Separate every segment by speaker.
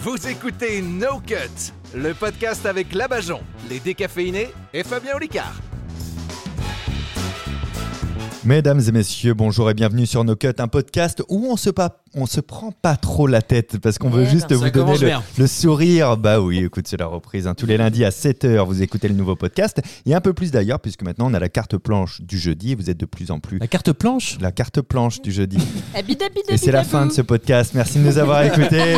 Speaker 1: Vous écoutez No Cut, le podcast avec Labajon, les décaféinés et Fabien Olicard.
Speaker 2: Mesdames et messieurs, bonjour et bienvenue sur No Cut, un podcast où on se pas, on se prend pas trop la tête parce qu'on veut
Speaker 3: Eh
Speaker 2: juste
Speaker 3: ben,
Speaker 2: vous
Speaker 4: ça
Speaker 2: donner
Speaker 4: commence
Speaker 2: le,
Speaker 4: bien.
Speaker 2: le sourire. Bah oui, écoute, c'est la reprise. hein. Tous les lundis à 7h, vous écoutez le nouveau podcast et un peu plus d'ailleurs puisque maintenant on a la carte planche du jeudi et vous êtes de plus en plus
Speaker 4: La carte planche
Speaker 2: la carte planche du jeudi.
Speaker 3: Eh, Abidabidabidabou.
Speaker 2: Et c'est la fin de ce podcast. Merci de nous avoir écoutés.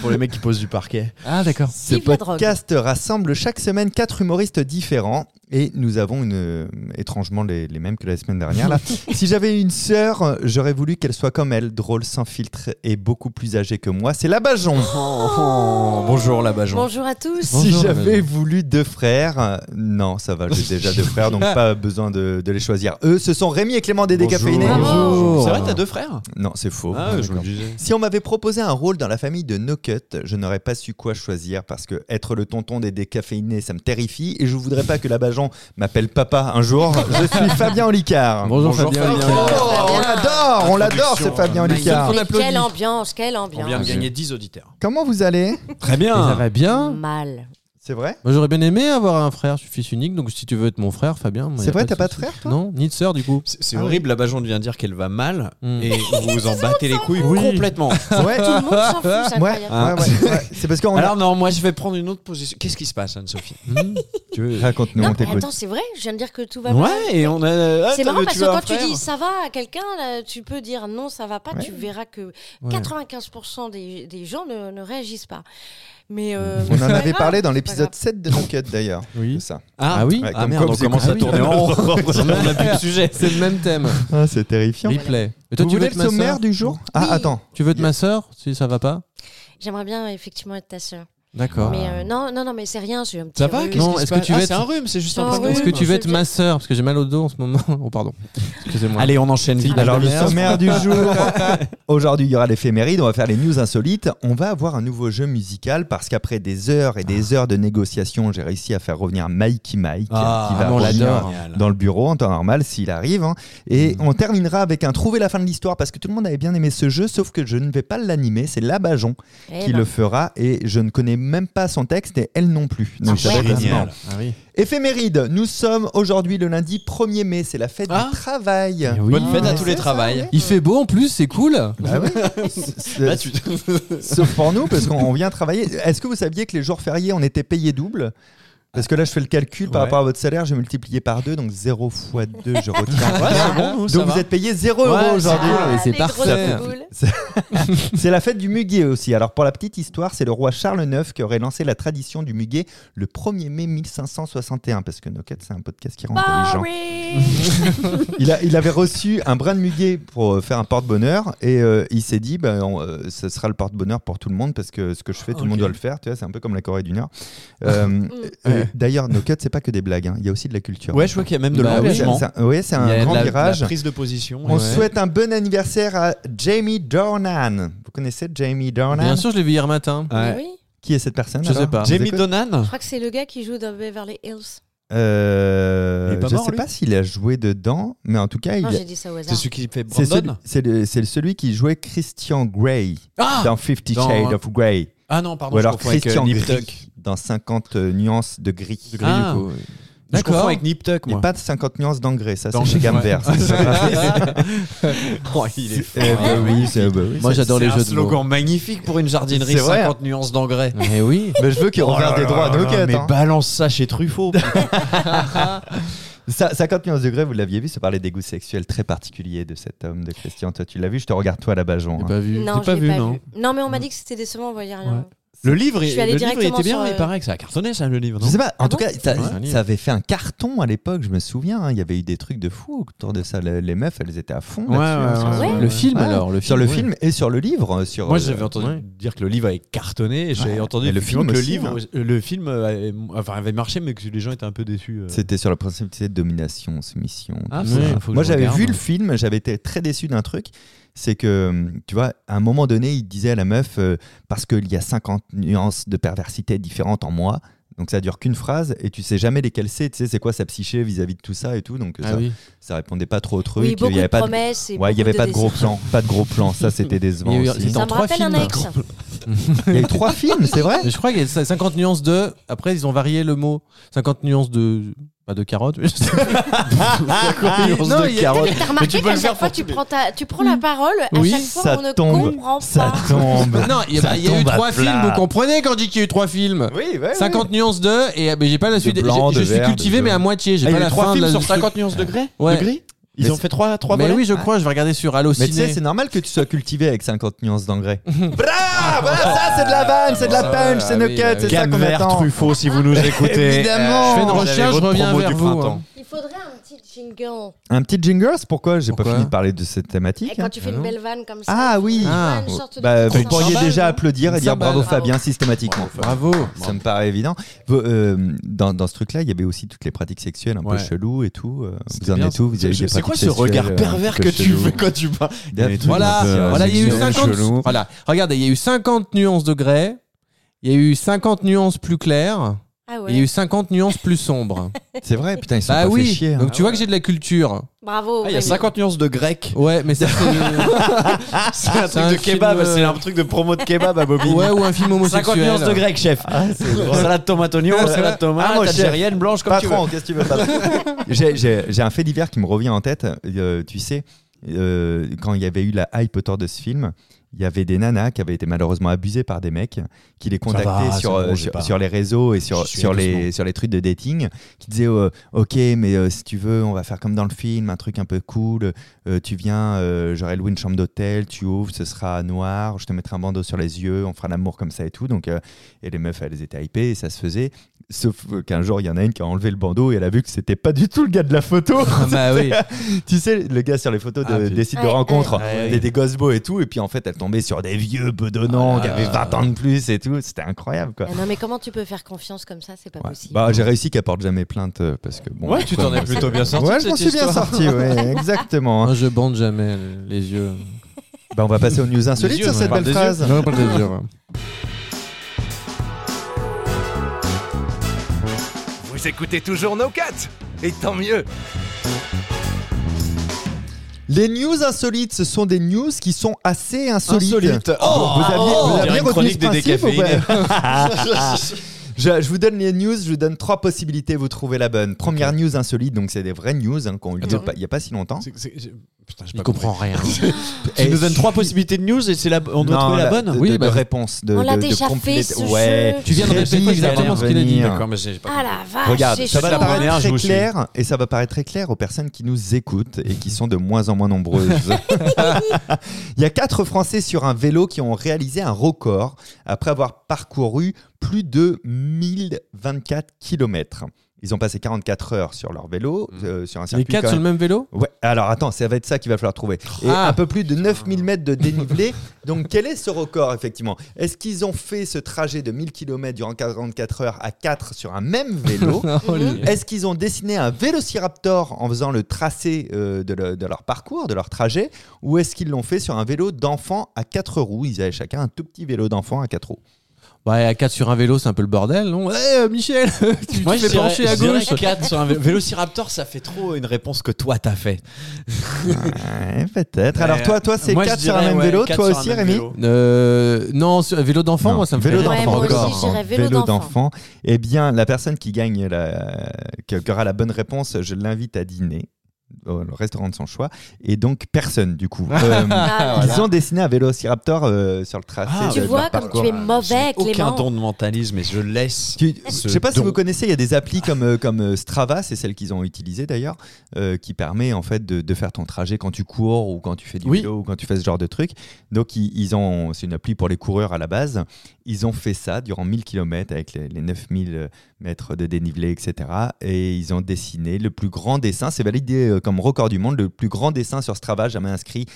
Speaker 4: Pour les mecs qui posent du parquet. Ah d'accord.
Speaker 2: Ce
Speaker 3: Vive la drogue.
Speaker 2: podcast rassemble chaque semaine quatre humoristes différents et nous avons une, euh, étrangement les, les mêmes que la semaine dernière. Là. si j'avais une sœur, euh, j'aurais voulu qu'elle soit comme elle, drôle, sans filtre et beaucoup plus âgée que moi. C'est la Bajon.
Speaker 4: bonjour la Bajon.
Speaker 3: Oh. Bonjour à tous.
Speaker 2: Si
Speaker 4: Bonjour,
Speaker 2: j'avais
Speaker 4: Madame.
Speaker 2: voulu deux frères, euh, non, ça va, j'ai déjà deux frères, donc pas besoin de, de les choisir. Eux, ce sont Rémi et Clément des décaféinés.
Speaker 3: Bravo.
Speaker 4: C'est vrai, t'as deux Ah frères
Speaker 2: Non, c'est faux.
Speaker 5: Ah,
Speaker 4: me disais.
Speaker 2: Si on m'avait proposé un rôle dans la famille de No Cut, je n'aurais pas su quoi choisir parce que être le tonton des décaféinés, ça me terrifie et je voudrais pas que l'abajon m'appelle papa un jour. Je suis Fabien Olicard.
Speaker 4: Bonjour,
Speaker 5: Bonjour,
Speaker 4: Fabien.
Speaker 2: Oh,
Speaker 5: Fabien. hein.
Speaker 2: on l'adore, on l'adore ce
Speaker 4: Introduction.
Speaker 2: Fabien Olicard.
Speaker 3: Mais quelle ambiance, quelle ambiance.
Speaker 4: On
Speaker 5: Ah,
Speaker 4: vient de gagner 10 auditeurs.
Speaker 2: Comment vous allez
Speaker 5: Ça
Speaker 4: Très
Speaker 5: va
Speaker 2: Hein
Speaker 5: bien
Speaker 3: Hein Mal.
Speaker 2: C'est vrai
Speaker 5: Moi j'aurais bien aimé avoir un frère, je suis fils unique, donc si tu veux être mon frère, Fabien. moi, y
Speaker 2: C'est
Speaker 5: a
Speaker 2: vrai, t'as pas de
Speaker 5: souci.
Speaker 2: frère, toi
Speaker 5: Non, ni de sœur du coup.
Speaker 4: C'est c'est
Speaker 2: Ah oui.
Speaker 4: horrible, la Bajon vient dire qu'elle va mal
Speaker 5: Mm.
Speaker 4: et vous vous en battez les couilles
Speaker 5: Oui.
Speaker 4: complètement.
Speaker 2: Ouais.
Speaker 3: Tout le monde s'en fout, c'est
Speaker 2: Ouais,
Speaker 3: incroyable.
Speaker 2: ouais, ouais, ouais. C'est parce qu'on a...
Speaker 4: Alors non, moi je vais prendre une autre position. Qu'est-ce qui se passe, Anne-Sophie
Speaker 5: Hmm.
Speaker 2: Raconte-nous,
Speaker 3: Non,
Speaker 2: on
Speaker 3: mais
Speaker 2: t'écoute.
Speaker 3: attends, c'est vrai, je viens de dire que tout va mal.
Speaker 4: Ouais, et on a. Ah,
Speaker 3: Bah, C'est
Speaker 4: t'as-
Speaker 3: marrant parce que
Speaker 4: as un
Speaker 3: quand tu
Speaker 4: frère.
Speaker 3: dis ça va à quelqu'un, là, tu peux dire non, ça va pas,
Speaker 2: Ouais.
Speaker 3: tu verras que
Speaker 5: Ouais.
Speaker 3: 95% des, des gens ne, ne réagissent pas. Mais euh,
Speaker 2: On
Speaker 3: c'est
Speaker 2: en
Speaker 3: pas
Speaker 2: avait
Speaker 3: grave,
Speaker 2: parlé dans
Speaker 3: c'est pas
Speaker 2: l'épisode
Speaker 3: grave.
Speaker 2: 7 de No Cut d'ailleurs.
Speaker 5: Oui.
Speaker 2: C'est ça.
Speaker 4: Ah,
Speaker 5: Ah oui
Speaker 2: Ouais,
Speaker 4: Ah
Speaker 2: comme
Speaker 4: merde,
Speaker 2: quoi
Speaker 4: on
Speaker 2: vous
Speaker 4: commence à
Speaker 2: écoutez
Speaker 4: tourner en
Speaker 2: notre
Speaker 4: rond.
Speaker 2: propre-
Speaker 4: On n'a plus de sujet.
Speaker 5: C'est le même thème.
Speaker 2: Ah, C'est terrifiant.
Speaker 5: Replay. Et toi
Speaker 2: Vous
Speaker 5: tu veux
Speaker 2: voulez
Speaker 5: être
Speaker 2: le
Speaker 5: ma
Speaker 2: sommaire
Speaker 5: sœur
Speaker 2: du jour Ah,
Speaker 3: Oui.
Speaker 2: attends.
Speaker 5: Tu veux être ma sœur si ça va pas
Speaker 3: J'aimerais bien effectivement être ta sœur.
Speaker 5: D'accord.
Speaker 2: Ah.
Speaker 3: Mais euh, non, non, non, mais c'est rien, c'est un petit.
Speaker 4: Ça va
Speaker 3: rhume.
Speaker 4: Qu'est-ce
Speaker 5: Non,
Speaker 4: qui
Speaker 5: est-ce
Speaker 4: se
Speaker 5: que
Speaker 4: passe
Speaker 5: tu
Speaker 4: Ah,
Speaker 5: veux être-
Speaker 4: C'est un rhume, c'est juste
Speaker 3: Ah,
Speaker 4: un
Speaker 3: oui,
Speaker 4: problème.
Speaker 5: Est-ce que tu
Speaker 3: oui,
Speaker 5: veux
Speaker 3: je
Speaker 5: être
Speaker 3: le
Speaker 5: ma
Speaker 3: dis.
Speaker 5: sœur Parce que j'ai mal au dos en ce moment. Oh pardon. Excusez-moi.
Speaker 4: Allez, on enchaîne vite.
Speaker 2: Alors le
Speaker 4: Merde.
Speaker 2: sommaire du jour. Aujourd'hui, il y aura l'éphéméride, on va faire les news insolites, on va avoir un nouveau jeu musical parce qu'après des heures et des heures de négociations, j'ai réussi à faire revenir Mikey Mike
Speaker 4: Ah,
Speaker 2: qui va
Speaker 5: bon, on
Speaker 2: revenir
Speaker 5: l'adore.
Speaker 2: dans le bureau en temps normal s'il arrive hein. et on terminera avec un trouver la fin de l'histoire parce que tout le monde avait bien aimé ce jeu sauf que je ne vais pas l'animer, c'est Labajon
Speaker 3: Eh
Speaker 2: qui
Speaker 3: ben,
Speaker 2: le fera et je ne connais même pas son texte et elle non plus. Donc ça va être
Speaker 4: Génial.
Speaker 2: marrant.
Speaker 5: Ah oui.
Speaker 2: Éphéméride, nous sommes aujourd'hui le lundi 1er mai, c'est la fête
Speaker 4: Ah.
Speaker 2: du travail.
Speaker 5: Eh oui.
Speaker 4: Bonne fête à tous les
Speaker 2: C'est ça,
Speaker 4: travails.
Speaker 5: Il fait beau en plus, c'est cool.
Speaker 2: Bah oui. C'est-
Speaker 4: Là, Bah, tu-
Speaker 2: Sauf pour nous, parce qu'on vient travailler. Est-ce que vous saviez que les jours fériés, on était payé double parce que là, je fais le calcul par
Speaker 4: Ouais.
Speaker 2: rapport à votre salaire, j'ai multiplié par 2, donc 0 fois 2, je retire.
Speaker 4: Ouais, c'est bon, nous, ça
Speaker 2: donc vous
Speaker 4: va.
Speaker 2: êtes payé 0
Speaker 4: Ouais,
Speaker 2: euros
Speaker 4: ça
Speaker 2: aujourd'hui.
Speaker 5: va. mais c'est
Speaker 3: les grosses
Speaker 5: parfait.
Speaker 3: boules.
Speaker 2: C'est la fête du muguet aussi. Alors pour la petite histoire, c'est le roi Charles IX qui aurait lancé la tradition du muguet le 1er mai 1561, parce que Nocat, c'est un podcast qui rend intelligent.
Speaker 3: Boring.
Speaker 2: Il, a- il avait reçu un brin de muguet pour euh, faire un porte-bonheur et euh, il s'est dit ben, on, euh, ce sera le porte-bonheur pour tout le monde parce que ce que je fais, tout le
Speaker 4: Ok. Mm.
Speaker 2: monde doit le faire. Tu vois, c'est un peu comme la Corée du Nord. Euh, euh, D'ailleurs, nos cuts, c'est pas que des blagues. hein. Il y a aussi de la culture.
Speaker 4: Ouais, je vois qu'il y a même de
Speaker 2: oui,
Speaker 5: Bah
Speaker 4: l'engagement.
Speaker 2: c'est un, ouais, c'est
Speaker 4: Il y a
Speaker 2: un
Speaker 4: de
Speaker 2: grand
Speaker 4: la- de la
Speaker 2: virage.
Speaker 4: prise de position.
Speaker 2: On
Speaker 5: Ouais.
Speaker 2: souhaite un bon anniversaire à Jamie Dornan. Vous connaissez Jamie Dornan
Speaker 5: Bien sûr, je l'ai vu hier matin.
Speaker 3: Mais oui,
Speaker 2: Qui est cette personne
Speaker 5: Je
Speaker 2: alors
Speaker 5: sais pas.
Speaker 2: Vous
Speaker 4: Jamie
Speaker 2: écoutez
Speaker 4: Donan
Speaker 3: je crois que c'est le gars qui joue dans Beverly Hills.
Speaker 2: Euh,
Speaker 4: Il est pas
Speaker 2: Je
Speaker 4: mort,
Speaker 2: sais
Speaker 4: lui
Speaker 2: pas s'il a joué dedans, mais en tout cas, il
Speaker 3: Non,
Speaker 2: a-
Speaker 3: j'ai dit ça au
Speaker 4: C'est
Speaker 3: hasard.
Speaker 4: celui qui fait
Speaker 2: c'est celui,
Speaker 4: Brandon
Speaker 2: c'est le- c'est celui qui jouait Christian Grey.
Speaker 4: ah,
Speaker 2: dans Fifty
Speaker 4: Dans-
Speaker 2: Shades of Grey.
Speaker 4: ah non, pardon,
Speaker 2: Ou
Speaker 4: je
Speaker 2: alors
Speaker 4: confonds avec euh,
Speaker 2: Christian
Speaker 4: Nip
Speaker 2: Grey
Speaker 4: Tuck.
Speaker 2: dans 50 nuances de gris.
Speaker 4: gris, Ah.
Speaker 5: Du coup, oui.
Speaker 4: Je confonds
Speaker 5: D'accord.
Speaker 4: avec Nip Tuck,
Speaker 2: Et
Speaker 4: moi.
Speaker 2: pas de 50 nuances d'engrais, ça c'est
Speaker 4: Dans-
Speaker 2: chez Gamme
Speaker 4: Ouais.
Speaker 2: Vert. ça, c'est pas pareil.
Speaker 4: Oh, il est
Speaker 2: Eh ben oui, c'est- bah oui,
Speaker 5: Moi,
Speaker 2: c'est-
Speaker 5: j'adore les
Speaker 4: C'est un
Speaker 5: jeux de mots.
Speaker 4: slogan magnifique pour une jardinerie
Speaker 2: C'est vrai.
Speaker 4: 50 nuances d'engrais.
Speaker 5: Mais Eh oui.
Speaker 2: Mais je veux qu'il regarde des droits à nos
Speaker 4: Mais
Speaker 2: quêtes, hein.
Speaker 4: balance ça chez Truffaut.
Speaker 2: Ça, 50 nuances de grey, vous l'aviez vu, ça parlait des goûts sexuels très particuliers de cet homme, de Christian. Toi, tu l'as vu, je te regarde toi à la Bajon.
Speaker 4: Eh
Speaker 5: J'ai
Speaker 4: ben,
Speaker 2: hein.
Speaker 5: pas vu.
Speaker 3: Non,
Speaker 4: pas
Speaker 3: je l'ai
Speaker 4: vu,
Speaker 3: pas
Speaker 4: non.
Speaker 3: vu. Non, mais on m'a dit que c'était décevant, on voyait rien.
Speaker 4: Le livre,
Speaker 3: Je suis
Speaker 4: est-
Speaker 3: allée
Speaker 4: le livre
Speaker 3: directement
Speaker 4: était bien,
Speaker 3: sur, euh,
Speaker 4: il paraît que ça a cartonné, ça, le livre.
Speaker 2: Je
Speaker 4: Non
Speaker 2: sais pas, en
Speaker 3: Ah
Speaker 2: tout
Speaker 3: bon
Speaker 2: cas, ça,
Speaker 5: Ouais, c'est un livre.
Speaker 2: ça avait fait un carton à l'époque, je me souviens. hein. Il y avait eu des trucs de fou autour de ça. Les, les meufs, elles étaient à fond
Speaker 4: Ouais,
Speaker 2: là-dessus, hein,
Speaker 4: ouais,
Speaker 2: sur-
Speaker 3: ouais.
Speaker 5: Le film
Speaker 2: Ouais.
Speaker 5: alors, le
Speaker 2: Sur le
Speaker 5: oui.
Speaker 2: film et sur le livre. euh, Sur,
Speaker 4: Moi,
Speaker 2: euh,
Speaker 4: j'avais entendu
Speaker 5: ouais.
Speaker 4: dire que le livre avait cartonné. et J'ai
Speaker 2: Ouais.
Speaker 4: entendu
Speaker 2: Mais le
Speaker 4: effectivement
Speaker 2: film
Speaker 4: que le
Speaker 2: aussi, hein.
Speaker 4: livre, euh, le film euh, avait, enfin, avait marché, mais que les gens étaient un peu déçus. euh.
Speaker 2: C'était sur le principe tu sais, de domination, soumission.
Speaker 4: Ah,
Speaker 2: tout
Speaker 4: faut-
Speaker 2: ça.
Speaker 4: faut que
Speaker 2: Moi,
Speaker 4: je
Speaker 2: j'avais
Speaker 4: regarde. hein.
Speaker 2: vu le film, j'avais été très déçu d'un truc. C'est que, tu vois, à un moment donné, il disait à la meuf, euh, parce qu'il y a 50 nuances de perversité différentes en moi. Donc ça dure qu'une phrase et tu sais jamais lesquelles c'est. Tu sais, c'est quoi sa psyché vis-à-vis de tout ça et tout. Donc
Speaker 5: Ah
Speaker 2: ça,
Speaker 5: oui.
Speaker 2: ça répondait pas trop au truc.
Speaker 3: Oui, beaucoup
Speaker 2: il y
Speaker 3: de
Speaker 2: avait pas de,
Speaker 3: promesses. et
Speaker 2: ouais, il y avait
Speaker 3: beaucoup
Speaker 5: de
Speaker 2: pas de gros plans. Pas de gros plans. Ça, c'était décevant
Speaker 5: Il y a eu-
Speaker 2: aussi.
Speaker 5: c'était
Speaker 3: Ça
Speaker 5: Dans
Speaker 3: me
Speaker 5: trois
Speaker 3: rappelle un
Speaker 5: films.
Speaker 3: ex.
Speaker 2: Il y a eu trois films, c'est vrai
Speaker 5: Mais je crois qu'il y a 50 nuances de. Après, ils ont varié le mot. 50 nuances de. Pas de carottes, mais je sais pas. nuances
Speaker 4: Ah, Non,
Speaker 5: de
Speaker 4: il y a-
Speaker 5: carottes.
Speaker 3: Mais t'as remarqué
Speaker 4: tu peux
Speaker 3: qu'à
Speaker 4: le
Speaker 3: chaque
Speaker 4: faire
Speaker 3: fois
Speaker 4: pour
Speaker 3: tu
Speaker 4: tous les-
Speaker 3: prends, ta, tu prends la parole, à
Speaker 5: Oui,
Speaker 3: chaque fois
Speaker 2: ça
Speaker 3: on ne
Speaker 2: tombe.
Speaker 3: comprend
Speaker 2: Ça
Speaker 3: pas.
Speaker 2: tombe.
Speaker 5: Non, il y, a-
Speaker 2: Ça
Speaker 5: il y a eu
Speaker 2: tombe à
Speaker 5: trois films,
Speaker 2: plat.
Speaker 5: vous comprenez quand on dit qu'il y a eu trois films.
Speaker 2: Oui, ouais,
Speaker 5: 50 nuances de. Et euh, mais j'ai pas la suite.
Speaker 2: blanc,
Speaker 5: je
Speaker 2: de
Speaker 5: je suis
Speaker 2: vert,
Speaker 5: cultivé,
Speaker 2: de-
Speaker 5: mais à moitié. J'ai
Speaker 4: Ah, il y
Speaker 5: pas
Speaker 4: a eu
Speaker 5: la
Speaker 4: trois
Speaker 5: fin
Speaker 4: films
Speaker 5: de la-
Speaker 4: sur
Speaker 5: du
Speaker 4: 50
Speaker 5: truc.
Speaker 4: nuances de gris.
Speaker 5: Ouais.
Speaker 4: De gris Ils
Speaker 2: Mais
Speaker 4: ont
Speaker 2: c'est-
Speaker 4: fait trois, trois
Speaker 5: Mais
Speaker 4: volets
Speaker 5: oui, je crois, je vais regarder sur
Speaker 2: Mais tu sais,
Speaker 5: Allociné.
Speaker 2: c'est normal que tu sois cultivé avec 50 nuances d'engrais. Bravo Voilà, ça, c'est de la vanne, c'est de la
Speaker 5: Ah,
Speaker 2: punch, c'est
Speaker 5: oui,
Speaker 2: nos
Speaker 5: ah
Speaker 2: cuts,
Speaker 5: oui. euh,
Speaker 2: c'est ça qu'on attend.
Speaker 4: Truffaut, si vous nous écoutez.
Speaker 2: Évidemment.
Speaker 5: Je fais une
Speaker 4: Vous avez
Speaker 5: recherche, je
Speaker 4: votre
Speaker 5: reviens
Speaker 4: promo
Speaker 5: vers
Speaker 4: du
Speaker 5: vous.
Speaker 4: printemps.
Speaker 5: hein.
Speaker 3: Il faudrait un petit jingle.
Speaker 2: Un petit jingle, c'est pourquoi J'ai pas
Speaker 5: Pourquoi
Speaker 2: fini de parler de cette thématique.
Speaker 3: Et Eh, quand
Speaker 2: hein.
Speaker 3: tu fais
Speaker 5: Ah
Speaker 3: une
Speaker 5: non.
Speaker 3: belle vanne comme ça.
Speaker 2: Ah
Speaker 3: il faut
Speaker 2: oui.
Speaker 3: une vanne,
Speaker 5: Ah.
Speaker 3: sorte de
Speaker 2: Bah,
Speaker 3: petit
Speaker 2: vous pourriez
Speaker 5: cymbale,
Speaker 2: déjà
Speaker 5: non
Speaker 2: applaudir et
Speaker 5: Une
Speaker 2: dire
Speaker 5: cymbale.
Speaker 2: bravo
Speaker 5: Bravo.
Speaker 2: Fabien systématiquement.
Speaker 5: Bravo.
Speaker 2: Ça me paraît évident. Vous, euh, dans, dans ce truc-là, il y avait aussi toutes les pratiques sexuelles un peu
Speaker 5: Ouais.
Speaker 2: cheloues et tout. euh,
Speaker 4: C'était
Speaker 2: Vous en
Speaker 4: bien,
Speaker 2: êtes où Vous avez
Speaker 4: C'est
Speaker 2: des
Speaker 4: c'est quoi
Speaker 2: pratiques
Speaker 4: ce
Speaker 2: sexuelles,
Speaker 4: regard
Speaker 2: euh, un
Speaker 4: pervers
Speaker 2: peu
Speaker 4: que tu
Speaker 2: cheloues
Speaker 4: fais quand tu parles
Speaker 2: Des
Speaker 4: Des
Speaker 2: trucs
Speaker 5: Voilà,
Speaker 2: un peu, euh,
Speaker 5: voilà, il y a eu
Speaker 2: sexuels,
Speaker 5: 50.
Speaker 2: chelous.
Speaker 5: Voilà, regardez, il y a eu 50 nuances de grès. Il y a eu 50 nuances plus claires.
Speaker 3: Ah
Speaker 5: et Il y a
Speaker 3: ouais.
Speaker 5: eu 50 nuances plus sombres.
Speaker 2: C'est vrai, putain, ils sont
Speaker 5: bah
Speaker 2: pas
Speaker 5: oui.
Speaker 2: fait chier. hein.
Speaker 5: Donc tu vois que j'ai de la culture.
Speaker 3: Bravo.
Speaker 4: Ah, il y a
Speaker 3: Rémi.
Speaker 4: 50 nuances de grec. Ah,
Speaker 5: Ouais, mais ça c'est
Speaker 4: C'est
Speaker 5: C'est
Speaker 4: un truc
Speaker 5: un
Speaker 4: de
Speaker 5: film,
Speaker 4: kebab,
Speaker 5: euh,
Speaker 4: c'est un truc de promo de kebab à Bobby.
Speaker 5: ouais ou un film
Speaker 4: 50
Speaker 5: homosexuel.
Speaker 4: nuances de grec, chef. salade tomate oignon,
Speaker 2: Ah,
Speaker 4: salade tomate,
Speaker 2: moi, chef.
Speaker 4: algérienne, blanche, comme tu veux.
Speaker 2: Patron, qu'est-ce que tu veux patron J'ai- J'ai j'ai un fait divers qui me revient en tête. Euh, tu sais, euh, quand il y avait eu la hype autour de ce film, il y avait des nanas qui avaient été malheureusement abusées par des mecs qui les contactaient
Speaker 4: va,
Speaker 2: sur,
Speaker 4: c'est bon,
Speaker 2: euh,
Speaker 4: j'ai
Speaker 2: sur,
Speaker 4: pas.
Speaker 2: sur les réseaux et sur,
Speaker 4: J'y suis
Speaker 2: sur,
Speaker 4: allé
Speaker 2: les,
Speaker 4: doucement.
Speaker 2: sur les trucs de dating qui disaient euh, Ok, mais euh, si tu veux, on va faire comme dans le film, un truc un peu cool. Euh, tu viens, euh, j'aurai loué une chambre d'hôtel, tu ouvres, ce sera noir, je te mettrai un bandeau sur les yeux, on fera l'amour comme ça et tout. Donc, euh, et les meufs, elles étaient hypées et ça se faisait. Sauf euh, qu'un jour, il y en a une qui a enlevé le bandeau et elle a vu que c'était pas du tout le gars de la photo.
Speaker 5: Ah bah oui.
Speaker 2: tu sais, le gars sur les photos de,
Speaker 5: Ah, putain.
Speaker 2: des sites de
Speaker 3: Ouais,
Speaker 2: rencontres,
Speaker 5: ouais.
Speaker 2: des, des gosses beaux et tout. Et puis en fait, elle tombait sur des vieux bedonnants
Speaker 5: Ah
Speaker 2: qui
Speaker 5: là
Speaker 2: avaient
Speaker 5: là.
Speaker 2: 20 ans de plus et tout. C'était incroyable quoi.
Speaker 3: Ah non mais comment tu peux faire confiance comme ça C'est pas
Speaker 2: Ouais.
Speaker 3: possible.
Speaker 2: Bah, j'ai réussi qu'elle porte jamais plainte euh, parce que bon.
Speaker 4: Ouais, tu
Speaker 2: comme-
Speaker 4: t'en es plutôt bien sorti.
Speaker 2: Ouais,
Speaker 4: de
Speaker 2: je m'en
Speaker 4: cette
Speaker 2: suis bien
Speaker 4: histoire.
Speaker 2: sorti, ouais, exactement. hein.
Speaker 5: Moi je bande jamais les yeux.
Speaker 2: Bah, on va passer aux news insolites
Speaker 4: yeux,
Speaker 2: sur
Speaker 4: ouais.
Speaker 2: cette
Speaker 4: On parle
Speaker 2: belle
Speaker 4: des yeux.
Speaker 2: phrase.
Speaker 5: Non, pas les yeux. ouais.
Speaker 1: Vous écoutez toujours No Cut Et tant mieux
Speaker 2: Les news insolites, ce sont des news qui sont assez insolites.
Speaker 4: Insolite.
Speaker 2: Vous aviez,
Speaker 4: oh,
Speaker 2: vous
Speaker 4: on
Speaker 2: aviez
Speaker 4: dirait une
Speaker 2: retenu
Speaker 4: chronique
Speaker 2: ce
Speaker 4: des
Speaker 2: principe ou pas
Speaker 4: décaféinés.
Speaker 2: Je, je vous donne les news, je vous donne trois possibilités, vous trouvez la bonne. Première news insolite, donc c'est des vraies news hein, qu'on
Speaker 3: Attends.
Speaker 2: il n'y a pas si longtemps.
Speaker 4: C'est- c'est- j'ai- Putain, j'ai
Speaker 5: Il
Speaker 4: pas
Speaker 5: comprend rien.
Speaker 4: Tu nous donnes trois possibilités de news et c'est la, on doit
Speaker 2: Non,
Speaker 4: trouver la,
Speaker 2: de,
Speaker 4: bonne
Speaker 5: Oui,
Speaker 2: de-
Speaker 5: bah-
Speaker 2: de réponse. De,
Speaker 3: On
Speaker 2: de-
Speaker 3: l'a
Speaker 2: de
Speaker 3: déjà
Speaker 2: complète-
Speaker 3: fait, ce
Speaker 2: ouais.
Speaker 3: jeu.
Speaker 5: Tu viens de
Speaker 2: Rémi,
Speaker 5: répéter exactement ce qu'il a dit.
Speaker 2: revenir.
Speaker 4: D'accord, mais j'ai pas
Speaker 3: Ah la vache.
Speaker 2: Regarde,
Speaker 3: c'est
Speaker 2: ça va
Speaker 3: chaud, hein.
Speaker 2: paraître
Speaker 4: hein.
Speaker 2: très
Speaker 4: Je vous suis.
Speaker 2: clair et ça va paraître très clair aux personnes qui nous écoutent et qui sont de moins en moins nombreuses. Il y a quatre Français sur un vélo qui ont réalisé un record après avoir parcouru plus de 1024 km. Ils ont passé 44 heures sur leur vélo,
Speaker 4: Mhm.
Speaker 2: euh, sur un
Speaker 5: Les
Speaker 2: circuit.
Speaker 5: quatre
Speaker 2: quand
Speaker 5: sur le
Speaker 2: même-
Speaker 5: même vélo
Speaker 2: Ouais, alors attends, ça va être ça qu'il va falloir trouver. Et
Speaker 5: Ah.
Speaker 2: un peu plus de 9000 mètres de dénivelé. Donc quel est ce record effectivement Est-ce qu'ils ont fait ce trajet de 1000 km durant 44 heures à 4 sur un même vélo
Speaker 3: Mmh.
Speaker 5: Oh, les-
Speaker 2: est-ce qu'ils ont dessiné un vélociraptor en faisant le tracé euh, de, le- de leur parcours, de leur trajet, ou est-ce qu'ils l'ont fait sur un vélo d'enfant à quatre roues Ils avaient chacun un tout petit vélo d'enfant à quatre roues.
Speaker 5: Ouais, à 4 sur un vélo, c'est un peu le bordel, non Ouais, euh, Michel, tu, tu te fais pencher à gauche.
Speaker 4: 4 sur un vé- vélociraptor, ça fait trop une réponse que toi t'as fait.
Speaker 2: Ouais, peut-être.
Speaker 4: Ouais. Euh,
Speaker 2: Alors toi, toi c'est
Speaker 4: Moi, je
Speaker 2: quatre sur un
Speaker 4: dirais,
Speaker 2: même
Speaker 4: ouais,
Speaker 2: vélo,
Speaker 4: quatre
Speaker 2: toi
Speaker 4: sur un
Speaker 2: aussi
Speaker 4: même
Speaker 2: Rémi
Speaker 4: vélo.
Speaker 5: Euh, non, sur- vélo d'enfant,
Speaker 2: Non,
Speaker 5: moi ça me
Speaker 2: vélo
Speaker 5: fait rire.
Speaker 3: Ouais,
Speaker 2: d'enfant,
Speaker 3: moi
Speaker 2: record.
Speaker 3: aussi, j'irais vélo d'enfant.
Speaker 2: d'enfant. Eh bien, la personne qui gagne, la... qui qui aura la bonne réponse, je l'invite à dîner au restaurant de son choix. Et donc personne du coup. Euh,
Speaker 3: Ah,
Speaker 2: Ils ont dessiné un vélociraptor euh, sur le tracé.
Speaker 4: Ah,
Speaker 2: de
Speaker 3: Tu
Speaker 2: leur
Speaker 3: vois comme
Speaker 2: parcours.
Speaker 3: tu es mauvais avec les
Speaker 4: Aucun
Speaker 3: mains.
Speaker 4: don de mentalisme et je laisse.
Speaker 2: Tu- je
Speaker 4: Ce
Speaker 2: sais pas si
Speaker 4: don. Ah.
Speaker 2: vous connaissez, il y a des applis comme, euh, comme euh, Strava, c'est celle qu'ils ont utilisée d'ailleurs, euh, qui permet en fait de, de faire ton trajet quand tu cours ou quand tu fais du
Speaker 5: Oui.
Speaker 2: vélo ou quand tu fais ce genre de truc. Donc ils, ils ont, c'est une appli pour les coureurs à la base. Ils ont fait ça durant 1000 km avec les, les 9000 mètres de dénivelé, etc. Et ils ont dessiné le plus grand dessin, c'est validé euh, comme record du monde, le plus grand dessin sur Strava jamais inscrit.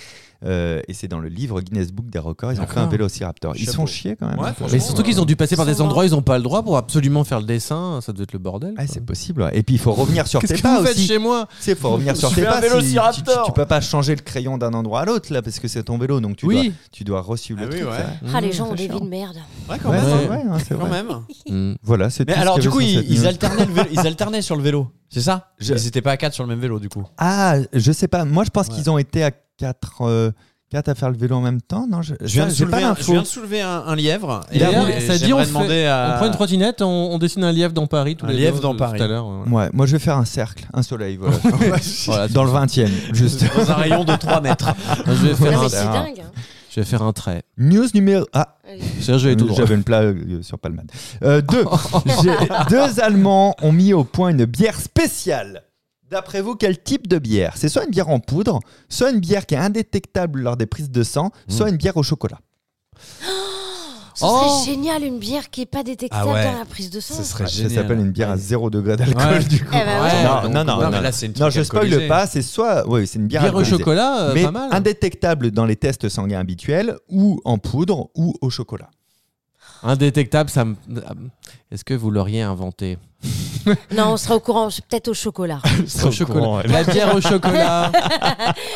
Speaker 2: Euh, et c'est dans le livre Guinness Book des records. Ils ont fait un
Speaker 5: D'accord.
Speaker 2: vélociraptor. Ils se font
Speaker 4: Chapeau.
Speaker 2: chier quand même. hein,
Speaker 4: Ouais,
Speaker 2: un peu.
Speaker 4: franchement,
Speaker 5: Mais surtout qu'ils ont dû passer par
Speaker 3: Ils
Speaker 5: des
Speaker 3: sont
Speaker 5: endroits où ils n'ont pas le droit pour absolument faire le dessin, ça doit être le bordel.
Speaker 2: Ah,
Speaker 5: quoi.
Speaker 2: c'est possible. ouais. Et puis il faut revenir sur
Speaker 5: Qu'est-ce
Speaker 2: tes
Speaker 5: que
Speaker 2: pas
Speaker 5: vous faites
Speaker 2: aussi.
Speaker 5: chez moi
Speaker 2: Tu sais, faut revenir sur
Speaker 4: Je
Speaker 2: tes
Speaker 4: fais un
Speaker 2: pas. si- tu,
Speaker 4: vélociraptor.
Speaker 2: tu- tu peux pas changer le crayon d'un endroit à l'autre là parce que c'est ton vélo, donc tu dois
Speaker 5: Oui.
Speaker 2: tu dois resuivre
Speaker 4: Ah
Speaker 2: le
Speaker 4: oui,
Speaker 2: truc.
Speaker 4: ouais.
Speaker 2: ça.
Speaker 3: Ah les gens ont
Speaker 2: c'est
Speaker 3: des
Speaker 2: chiant.
Speaker 3: vies de merde.
Speaker 4: Ouais,
Speaker 2: Ouais,
Speaker 5: même,
Speaker 2: c'est
Speaker 5: hein.
Speaker 2: vrai, hein, c'est vrai.
Speaker 5: Mm.
Speaker 2: Voilà, c'est
Speaker 4: Mais
Speaker 2: tout ce
Speaker 4: alors,
Speaker 2: qu'il y avait
Speaker 4: du coup,
Speaker 2: sur
Speaker 4: ils,
Speaker 2: cette
Speaker 4: ils
Speaker 2: news.
Speaker 4: alternaient le vélo- ils alternaient sur le vélo, c'est ça
Speaker 2: Je-
Speaker 4: Ils étaient pas à 4 sur le même vélo, du coup.
Speaker 2: Ah, je sais pas. Moi, je pense qu'ils ont été à 4 Kat à faire le vélo en même temps Non, je- ça,
Speaker 4: Je viens, de
Speaker 2: j'ai
Speaker 4: soulever
Speaker 2: pas
Speaker 4: un, je
Speaker 2: l'info.
Speaker 4: viens de soulever un, un lièvre.
Speaker 5: Il a roulé. Ça dit,
Speaker 4: j'aimerais
Speaker 5: on fait-
Speaker 4: demander à-
Speaker 5: On prend une trottinette, on, on dessine un lièvre dans Paris. Tous
Speaker 4: Euh, Un
Speaker 5: les
Speaker 4: lièvre
Speaker 5: deux,
Speaker 4: dans
Speaker 5: euh,
Speaker 4: Paris.
Speaker 5: Tout à l'heure. ouais.
Speaker 2: Ouais, moi je vais faire un cercle, un soleil, voilà.
Speaker 5: Voilà,
Speaker 2: Dans le 20 e juste.
Speaker 4: Dans un rayon de 3 mètres.
Speaker 5: Je vais faire
Speaker 3: Non,
Speaker 5: un,
Speaker 3: mais c'est
Speaker 2: Ah.
Speaker 3: dingue. hein.
Speaker 5: je vais faire un trait.
Speaker 2: News numéro. Ah,
Speaker 3: Euh,
Speaker 5: Serge est tout droit.
Speaker 2: j'avais une plaque sur Palman. Euh, deux. J'ai- deux Allemands ont mis au point une bière spéciale. D'après vous, quel type de bière C'est soit une bière en poudre, soit une bière qui est indétectable lors des prises de sang,
Speaker 5: Hmm.
Speaker 2: soit une bière au chocolat.
Speaker 3: Ce
Speaker 5: Oh.
Speaker 3: serait génial une bière qui est pas détectable
Speaker 4: Ah ouais.
Speaker 3: dans la prise de sang.
Speaker 4: serait
Speaker 2: Ça s'appelle une bière à 0 degré d'alcool,
Speaker 4: Ouais.
Speaker 2: du coup.
Speaker 3: Eh ben
Speaker 5: hein. Ouais,
Speaker 2: non,
Speaker 4: donc-
Speaker 2: non, non,
Speaker 4: mais
Speaker 2: non.
Speaker 4: là, c'est une
Speaker 2: Non,
Speaker 4: truc
Speaker 2: je spoil
Speaker 4: alcoolisé.
Speaker 2: pas, c'est soit. Oui, c'est une bière,
Speaker 5: Bière au
Speaker 2: alcoolisée.
Speaker 5: chocolat, euh,
Speaker 2: mais
Speaker 5: pas mal.
Speaker 2: indétectable dans les tests sanguins habituels, ou en poudre, ou au chocolat.
Speaker 5: Indétectable, ça me- Est-ce que vous l'auriez inventé
Speaker 3: Non, on sera au courant. Je- Peut-être au chocolat.
Speaker 5: Au chocolat. La bière au chocolat.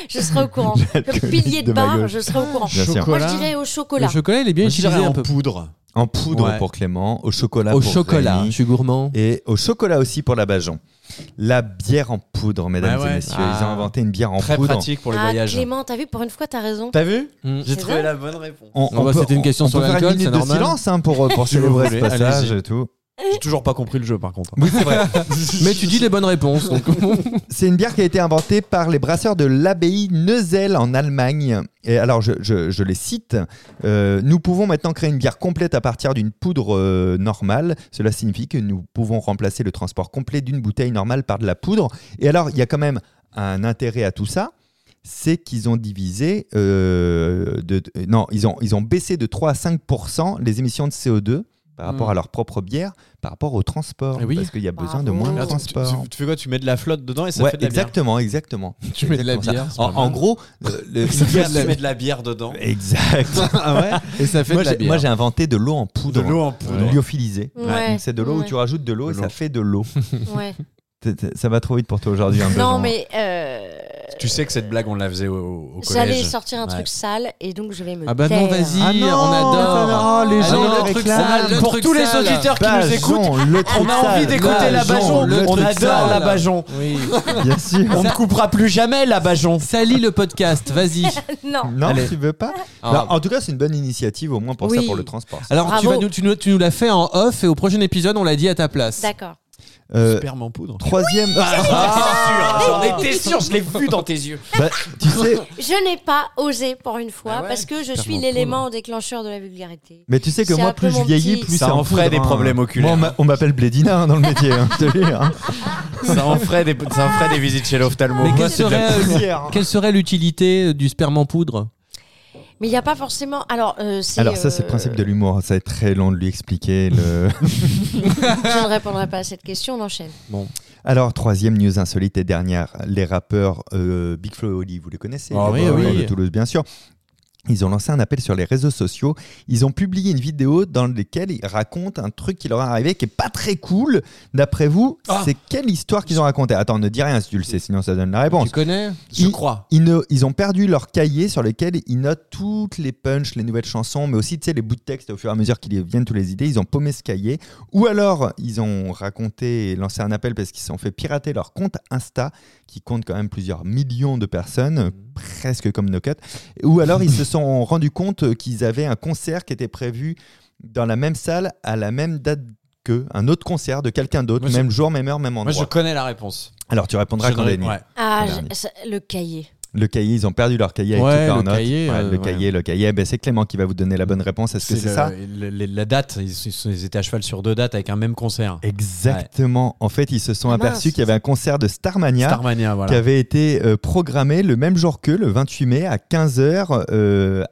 Speaker 3: Je serai au courant. Le pilier de
Speaker 2: de ma
Speaker 3: bar,
Speaker 2: gauche.
Speaker 3: je serai au courant.
Speaker 2: Bien sûr.
Speaker 3: Moi, je dirais au
Speaker 5: Le
Speaker 3: chocolat.
Speaker 5: chocolat, il est bien
Speaker 4: Moi, je dirais
Speaker 5: utilisé un
Speaker 4: en
Speaker 5: peu.
Speaker 4: poudre.
Speaker 2: En poudre
Speaker 4: Ouais.
Speaker 2: pour Clément, au chocolat
Speaker 5: Au
Speaker 2: pour
Speaker 5: chocolat, je
Speaker 2: Rémi,
Speaker 5: suis gourmand.
Speaker 2: et au chocolat aussi pour la Bajon. La bière en poudre, mesdames
Speaker 4: Ouais, ouais.
Speaker 2: et messieurs. Ils ont
Speaker 5: Ah.
Speaker 2: inventé une bière en
Speaker 4: Très
Speaker 2: poudre.
Speaker 4: pratique pour les
Speaker 3: ah,
Speaker 4: voyages.
Speaker 3: Clément, t'as vu, pour une fois, t'as raison.
Speaker 4: T'as vu
Speaker 5: Mm.
Speaker 4: J'ai
Speaker 3: C'est
Speaker 4: trouvé
Speaker 3: vrai
Speaker 4: la bonne réponse.
Speaker 2: On,
Speaker 5: Ah bah, c'était une question
Speaker 2: on
Speaker 5: sur
Speaker 2: peut faire
Speaker 5: l'alcool,
Speaker 2: une minute de
Speaker 5: c'est normal.
Speaker 2: silence hein, pour, pour
Speaker 4: Si vous
Speaker 2: célébrer ce
Speaker 4: voulez,
Speaker 2: passage
Speaker 4: allez-y.
Speaker 2: et tout.
Speaker 4: J'ai toujours pas compris le jeu par contre.
Speaker 2: Oui, c'est vrai.
Speaker 5: Mais tu dis les bonnes réponses. donc-
Speaker 2: C'est une bière qui a été inventée par les brasseurs de l'abbaye Neuzel en Allemagne. Et alors, je, je- je les cite. Euh, nous pouvons maintenant créer une bière complète à partir d'une poudre euh, normale. Cela signifie que nous pouvons remplacer le transport complet d'une bouteille normale par de la poudre. Et alors, il y a quand même un intérêt à tout ça. C'est qu'ils ont divisé, euh, de, euh, non, ils ont, ils ont baissé de 3 à 5 les émissions de CO2 par rapport
Speaker 4: Hmm.
Speaker 2: à leur propre bière, par rapport au transport,
Speaker 5: Eh oui.
Speaker 2: parce qu'il y a besoin de
Speaker 3: Bravo.
Speaker 2: moins de
Speaker 3: Mais
Speaker 4: Attends, Ah, tu, tu-
Speaker 2: transport.
Speaker 4: tu fais quoi Tu mets de la flotte dedans et ça
Speaker 2: Ouais,
Speaker 4: fait de la
Speaker 2: exactement, exactement.
Speaker 5: tu mets de la
Speaker 2: Exactement ça.
Speaker 5: bière. c'est
Speaker 2: En,
Speaker 5: pas
Speaker 2: en
Speaker 5: mal.
Speaker 2: gros, euh, le-
Speaker 4: bière.
Speaker 2: bière-
Speaker 4: Tu mets de la bière dedans.
Speaker 2: Exact.
Speaker 4: Ah ouais
Speaker 5: Et ça fait
Speaker 2: moi,
Speaker 5: de la
Speaker 2: j'ai-
Speaker 5: bière.
Speaker 2: moi, j'ai inventé de l'eau en
Speaker 4: De
Speaker 2: poudre,
Speaker 4: l'eau en poudre.
Speaker 2: lyophilisée.
Speaker 3: Ouais.
Speaker 2: Donc, C'est de l'eau où
Speaker 3: ouais,
Speaker 2: tu rajoutes de l'eau et
Speaker 4: De
Speaker 2: ça
Speaker 4: l'eau.
Speaker 2: fait de l'eau.
Speaker 3: ouais.
Speaker 2: T'es- t'es- ça va trop vite pour toi aujourd'hui. hein, Benjamin.
Speaker 3: Non, mais euh,
Speaker 4: Tu sais que cette blague, on la faisait au, au
Speaker 3: j'allais
Speaker 4: collège.
Speaker 3: sortir un
Speaker 4: Ouais.
Speaker 3: truc sale et donc je vais me.
Speaker 5: Ah bah non,
Speaker 3: taire.
Speaker 5: vas-y,
Speaker 2: Ah non,
Speaker 5: on adore.
Speaker 2: ah non, les
Speaker 5: Ah
Speaker 2: gens
Speaker 5: non,
Speaker 2: le
Speaker 5: le truc
Speaker 2: réclament.
Speaker 5: sale, le
Speaker 4: Pour
Speaker 5: truc
Speaker 4: tous les
Speaker 5: sale.
Speaker 4: auditeurs qui nous
Speaker 2: Bajon,
Speaker 4: écoutent,
Speaker 2: le truc
Speaker 4: on a envie
Speaker 2: sale,
Speaker 4: d'écouter la
Speaker 2: Bajon,
Speaker 4: Bajon.
Speaker 2: le
Speaker 4: On
Speaker 2: truc
Speaker 4: adore
Speaker 2: sale.
Speaker 4: la Bajon.
Speaker 5: Oui.
Speaker 2: Bien sûr.
Speaker 4: On ne coupera plus jamais la Bajon.
Speaker 5: Salis le podcast, vas-y.
Speaker 3: Non.
Speaker 2: Non,
Speaker 5: Allez.
Speaker 2: tu veux pas
Speaker 5: Alors,
Speaker 2: Non, En tout cas, c'est une bonne initiative au moins pour ça,
Speaker 3: Oui.
Speaker 2: pour le transport.
Speaker 5: alors, tu,
Speaker 3: Bravo.
Speaker 5: vas nous, tu, nous, tu nous l'as fait en off et au prochain épisode, on l'a dit à ta place.
Speaker 3: D'accord.
Speaker 2: Euh,
Speaker 4: Sperme en poudre.
Speaker 2: troisième.
Speaker 4: Ah, J'en étais sûr, je l'ai vu dans tes yeux.
Speaker 2: Bah, tu sais,
Speaker 3: Je n'ai pas osé pour une fois
Speaker 4: Ah ouais.
Speaker 3: parce que je suis
Speaker 5: Clairement,
Speaker 3: l'élément déclencheur de la vulgarité.
Speaker 2: mais tu sais que
Speaker 3: C'est
Speaker 2: moi,
Speaker 3: un peu
Speaker 2: plus je
Speaker 3: mon
Speaker 2: vieillis,
Speaker 3: petit-
Speaker 2: plus
Speaker 4: Ça
Speaker 2: c'est
Speaker 4: en ferait
Speaker 2: poudre,
Speaker 4: des
Speaker 2: hein.
Speaker 4: problèmes
Speaker 2: Moi,
Speaker 4: oculaires.
Speaker 2: on m'a- on m'appelle Blédina hein, dans le métier. hein, je te le dis, hein.
Speaker 4: Ça en ferait des, ça en ferait des visites chez l'ophtalmo.
Speaker 5: Mais
Speaker 4: Moi,
Speaker 5: quelle
Speaker 4: c'est de la-
Speaker 5: serait, quelle serait l'utilité euh, du sperme en poudre
Speaker 3: Mais il n'y a pas forcément. Alors, euh, c'est,
Speaker 2: Alors ça c'est
Speaker 3: euh,
Speaker 2: le principe de l'humour, ça va être très long de lui expliquer. Le...
Speaker 3: Je ne répondrai pas à cette question, on enchaîne.
Speaker 2: Alors troisième news insolite et dernière, les rappeurs euh, Big Flo et Oli, vous les connaissez
Speaker 5: Ah
Speaker 2: les
Speaker 5: oui,
Speaker 2: rappeurs
Speaker 5: oui.
Speaker 2: de Toulouse bien sûr. Ils ont lancé un appel sur les réseaux sociaux. Ils ont publié une vidéo dans laquelle ils racontent un truc qui leur est arrivé qui est pas très cool. D'après vous,
Speaker 4: Ah
Speaker 2: c'est quelle histoire qu'ils ont racontée Attends, ne dis rien si tu le sais, sinon ça donne la réponse.
Speaker 5: Tu connais
Speaker 4: Je crois.
Speaker 2: Ils, ne- ils ont perdu leur cahier sur lequel ils notent toutes les punchs, les nouvelles chansons, mais aussi tu sais, les bouts de texte au fur et à mesure qu'ils y viennent, toutes les idées. Ils ont paumé ce cahier. Ou alors, ils ont raconté et lancé un appel parce qu'ils se sont fait pirater leur compte Insta, qui compte quand même plusieurs millions de
Speaker 4: Mmh.
Speaker 2: personnes, presque comme No Cut. Ou alors, ils se sont rendus compte qu'ils avaient un concert qui était prévu dans la même salle à la même date que un autre concert de quelqu'un d'autre,
Speaker 4: Moi, je-
Speaker 2: même jour, même heure, même
Speaker 4: Moi,
Speaker 2: endroit.
Speaker 4: je connais la réponse.
Speaker 2: Alors, tu répondras
Speaker 4: Je
Speaker 2: quand
Speaker 4: donnerai-
Speaker 2: Denis.
Speaker 4: ouais.
Speaker 3: Ah,
Speaker 2: dernier.
Speaker 3: je- ça- le cahier.
Speaker 2: Le cahier, ils ont perdu leur cahier avec
Speaker 5: Ouais,
Speaker 2: toutes leurs
Speaker 5: le
Speaker 2: notes.
Speaker 5: cahier, euh,
Speaker 2: le
Speaker 5: ouais.
Speaker 2: cahier, le cahier. Ben, c'est Clément qui va vous donner la bonne réponse. Est-ce que c'est
Speaker 4: le-
Speaker 2: ça
Speaker 4: le- le- La date, ils, sont- ils étaient à cheval sur deux dates avec un même concert.
Speaker 2: Exactement. En fait, ils se sont
Speaker 3: Ah, mince.
Speaker 2: aperçus qu'il y avait un concert de Starmania.
Speaker 4: Starmania,
Speaker 2: qui
Speaker 4: voilà.
Speaker 2: avait été euh, programmé le même jour que le 28 mai à 15h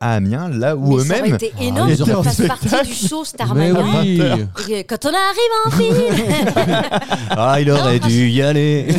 Speaker 2: à Amiens, là où
Speaker 3: Mais Ça aurait
Speaker 2: eux-mêmes Ah,
Speaker 3: été énorme
Speaker 2: ils
Speaker 3: qu'ils
Speaker 2: étaient en
Speaker 3: fassent partie
Speaker 2: spectacle.
Speaker 3: du show
Speaker 5: Mais
Speaker 3: Starmania.
Speaker 5: oui.
Speaker 3: Et Quand on arrive en file
Speaker 4: Ah, il aurait dû y aller.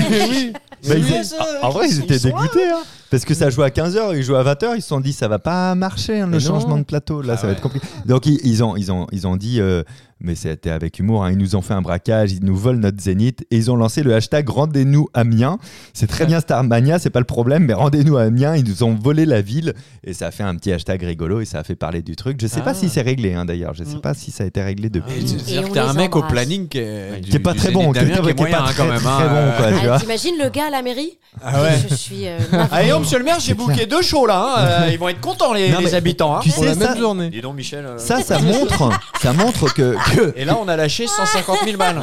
Speaker 2: Bah, ils- en- en vrai, ils étaient dégoûtés. hein. parce que ça jouait à 15h, ils jouaient à 20h, ils se sont dit ça va pas marcher hein, le
Speaker 5: Mais non.
Speaker 2: changement de plateau, là
Speaker 4: Ah
Speaker 2: ça va
Speaker 4: ouais.
Speaker 2: être compliqué. Donc ils, ils ont, ils, ont, ils ont dit, euh, mais c'était avec humour, hein, ils nous ont fait un braquage, ils nous volent notre zénith et ils ont lancé le hashtag Rendez-nous Amiens. C'est très bien Starmania, c'est pas le problème, mais rendez-nous Amiens, ils nous ont volé la ville et ça a fait un petit hashtag rigolo et ça a fait parler du truc. Je sais pas
Speaker 5: Ah.
Speaker 2: si c'est réglé hein, d'ailleurs, je sais
Speaker 4: Mm. Ah,
Speaker 2: pas si ça a été réglé depuis.
Speaker 4: Et tu-
Speaker 3: on
Speaker 4: C'est-à-dire que t'as
Speaker 3: les
Speaker 4: un mec au
Speaker 3: embrasse.
Speaker 4: planning qui est,
Speaker 2: qui est pas très bon,
Speaker 4: Damien,
Speaker 2: quelqu'un
Speaker 4: qui est
Speaker 2: qui est
Speaker 4: moyen
Speaker 2: pas
Speaker 4: hein,
Speaker 2: très,
Speaker 4: quand même.
Speaker 2: très
Speaker 4: hein.
Speaker 2: bon quoi, tu
Speaker 3: Ah,
Speaker 2: vois.
Speaker 3: T'imagines le gars à la mairie
Speaker 4: Ah ouais.
Speaker 3: Je suis. euh,
Speaker 4: Allez,
Speaker 6: Attention,
Speaker 4: on
Speaker 6: monsieur le maire, j'ai
Speaker 2: C'est
Speaker 6: booké
Speaker 2: clair.
Speaker 6: deux shows là. hein. Euh, ils vont être contents, les,
Speaker 2: Non,
Speaker 6: les
Speaker 2: mais
Speaker 6: habitants. hein.
Speaker 2: tu
Speaker 5: Pour
Speaker 2: sais,
Speaker 5: la même
Speaker 2: ça-
Speaker 5: journée.
Speaker 6: Dis donc, Michel. euh,
Speaker 2: Ça, ça montre, ça montre que, que-
Speaker 6: Et là, on a lâché 150 000 balles.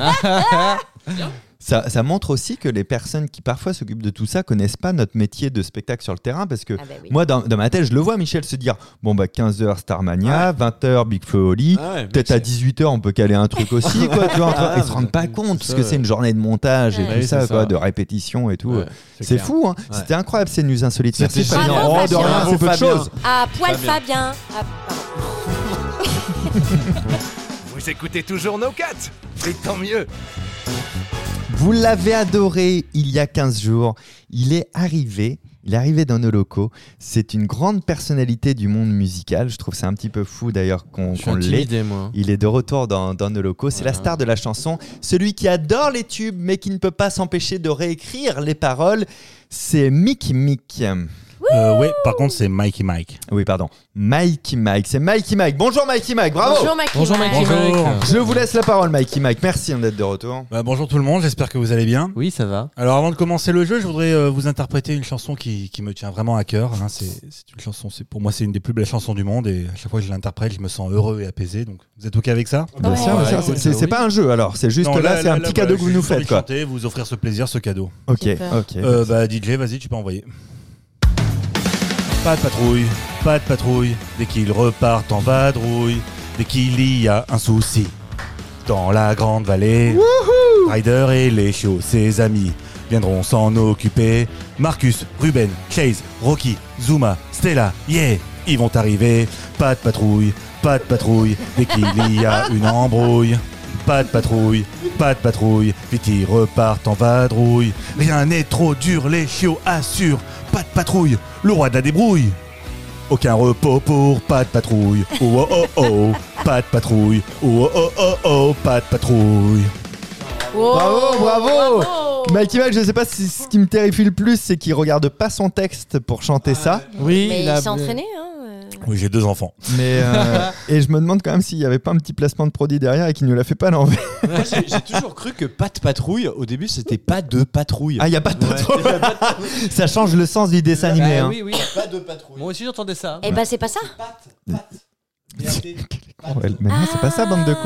Speaker 2: ça, ça montre aussi que les personnes qui parfois s'occupent de tout ça connaissent pas notre métier de spectacle sur le terrain parce que
Speaker 3: Ah bah oui.
Speaker 2: moi dans, dans ma tête je le vois Michel se dire bon bah 15h Starmania, 20h Big Flo Oli,
Speaker 4: Ah ouais, mais
Speaker 2: peut-être à 18h on peut caler un truc aussi quoi, tu vois, entre- ils se rendent pas
Speaker 4: c'est
Speaker 2: compte parce
Speaker 4: ça,
Speaker 2: que
Speaker 4: ouais.
Speaker 2: c'est une journée de montage et
Speaker 3: Ouais.
Speaker 2: tout
Speaker 4: Oui, c'est
Speaker 2: ça,
Speaker 4: ça.
Speaker 2: quoi, de répétition et tout.
Speaker 4: Ouais,
Speaker 2: c'est
Speaker 4: clair.
Speaker 2: fou hein. C'était incroyable ces news insolites. Merci
Speaker 4: C'était
Speaker 2: Fabien.
Speaker 3: génial.
Speaker 2: Oh, de rien,
Speaker 3: Bravo,
Speaker 2: c'est peu de
Speaker 4: Fabien.
Speaker 2: choses.
Speaker 3: À poil
Speaker 6: Fabien.
Speaker 3: Fabien. Ah, pardon.
Speaker 1: Vous écoutez toujours No Cut Et tant mieux
Speaker 2: Vous l'avez adoré il y a 15 jours. Il est arrivé. Il est arrivé dans nos locaux. C'est une grande personnalité du monde musical. Je trouve ça un petit peu fou d'ailleurs qu'on
Speaker 5: Je suis
Speaker 2: qu'on l'ait.
Speaker 5: intimidé, moi.
Speaker 2: Il est de retour dans, dans nos locaux. C'est la star de la chanson. Celui qui adore les tubes mais qui ne peut pas s'empêcher de réécrire les paroles. C'est Mick Mick.
Speaker 7: Euh, ouais, par contre, c'est Mikey Mike.
Speaker 2: Oui, pardon. Mikey Mike. C'est Mikey Mike. Bonjour Mikey Mike. Bravo.
Speaker 3: Bonjour Mikey.
Speaker 5: Bonjour,
Speaker 3: Mike.
Speaker 5: Mikey.
Speaker 7: Bonjour.
Speaker 5: Mike.
Speaker 2: Je vous laisse la parole Mikey Mike. Merci hein, d'être de retour.
Speaker 7: Bah, bonjour tout le monde, j'espère que vous allez bien.
Speaker 5: Oui, ça va.
Speaker 7: Alors avant de commencer le jeu, je voudrais euh, vous interpréter une chanson qui, qui me tient vraiment à cœur. hein. C'est c'est une chanson, c'est pour moi c'est une des plus belles chansons du monde et à chaque fois que je l'interprète, je me sens heureux et apaisé. Donc vous êtes ok avec ça
Speaker 5: Bah,
Speaker 2: Bien
Speaker 3: Ouais. bah
Speaker 2: sûr, bien sûr.
Speaker 5: Ah, écoute,
Speaker 2: C'est- c'est
Speaker 5: oui.
Speaker 2: pas un jeu alors, c'est juste
Speaker 7: Non,
Speaker 2: que là, c'est un petit
Speaker 5: bah,
Speaker 7: là,
Speaker 2: cadeau
Speaker 7: voilà,
Speaker 2: que vous
Speaker 7: j'ai
Speaker 2: nous
Speaker 7: juste envie
Speaker 2: faites
Speaker 7: de
Speaker 2: quoi.
Speaker 7: chanter, vous offrir ce plaisir, ce cadeau.
Speaker 2: Ok,
Speaker 3: J'ai peur.
Speaker 2: ok.
Speaker 7: Euh, bah DJ, vas-y, tu peux envoyer. Pas de patrouille, pas de patrouille, dès qu'ils repartent en vadrouille, dès qu'il y a un souci. Dans la grande vallée, Ryder et les chiots, ses amis, viendront s'en occuper. Marcus, Ruben, Chase, Rocky, Zuma, Stella, yeah, ils vont arriver. Pas de patrouille, pas de patrouille, dès qu'il y a une embrouille. Pas de patrouille, pas de patrouille, vite ils repartent en vadrouille. Rien n'est trop dur, les chiots assurent. Pas de patrouille, le roi de la débrouille. Aucun repos pour pas de patrouille. Oh oh oh oh, pas de patrouille. Oh oh oh oh, pas de patrouille.
Speaker 3: Wow,
Speaker 2: Bravo, bravo.
Speaker 3: Oh, bravo.
Speaker 2: Mikey Mac, Euh, je sais pas si ce qui me terrifie le plus, c'est qu'il regarde pas son texte pour chanter ça.
Speaker 5: Oui,
Speaker 3: Mais
Speaker 5: il a-
Speaker 3: il s'est entraîné, hein. euh.
Speaker 7: Oui, j'ai deux enfants.
Speaker 2: Mais euh, et je me demande quand même s'il y avait pas un petit placement de produit derrière et qu'il ne l'a fait pas à l'envers.
Speaker 4: Moi, j'ai j'ai toujours cru que pas de patrouille, au début, c'était pas de patrouille.
Speaker 2: Ah, il y a pas de patron. ça change le sens du dessin
Speaker 5: Bah
Speaker 2: animé. hein.
Speaker 5: oui, oui.
Speaker 4: Pas de patrouille.
Speaker 5: Moi aussi, j'entendais ça.
Speaker 3: Eh ben, c'est pas ça.
Speaker 2: Oh, elle- mais non, c'est pas ça, bande de cons.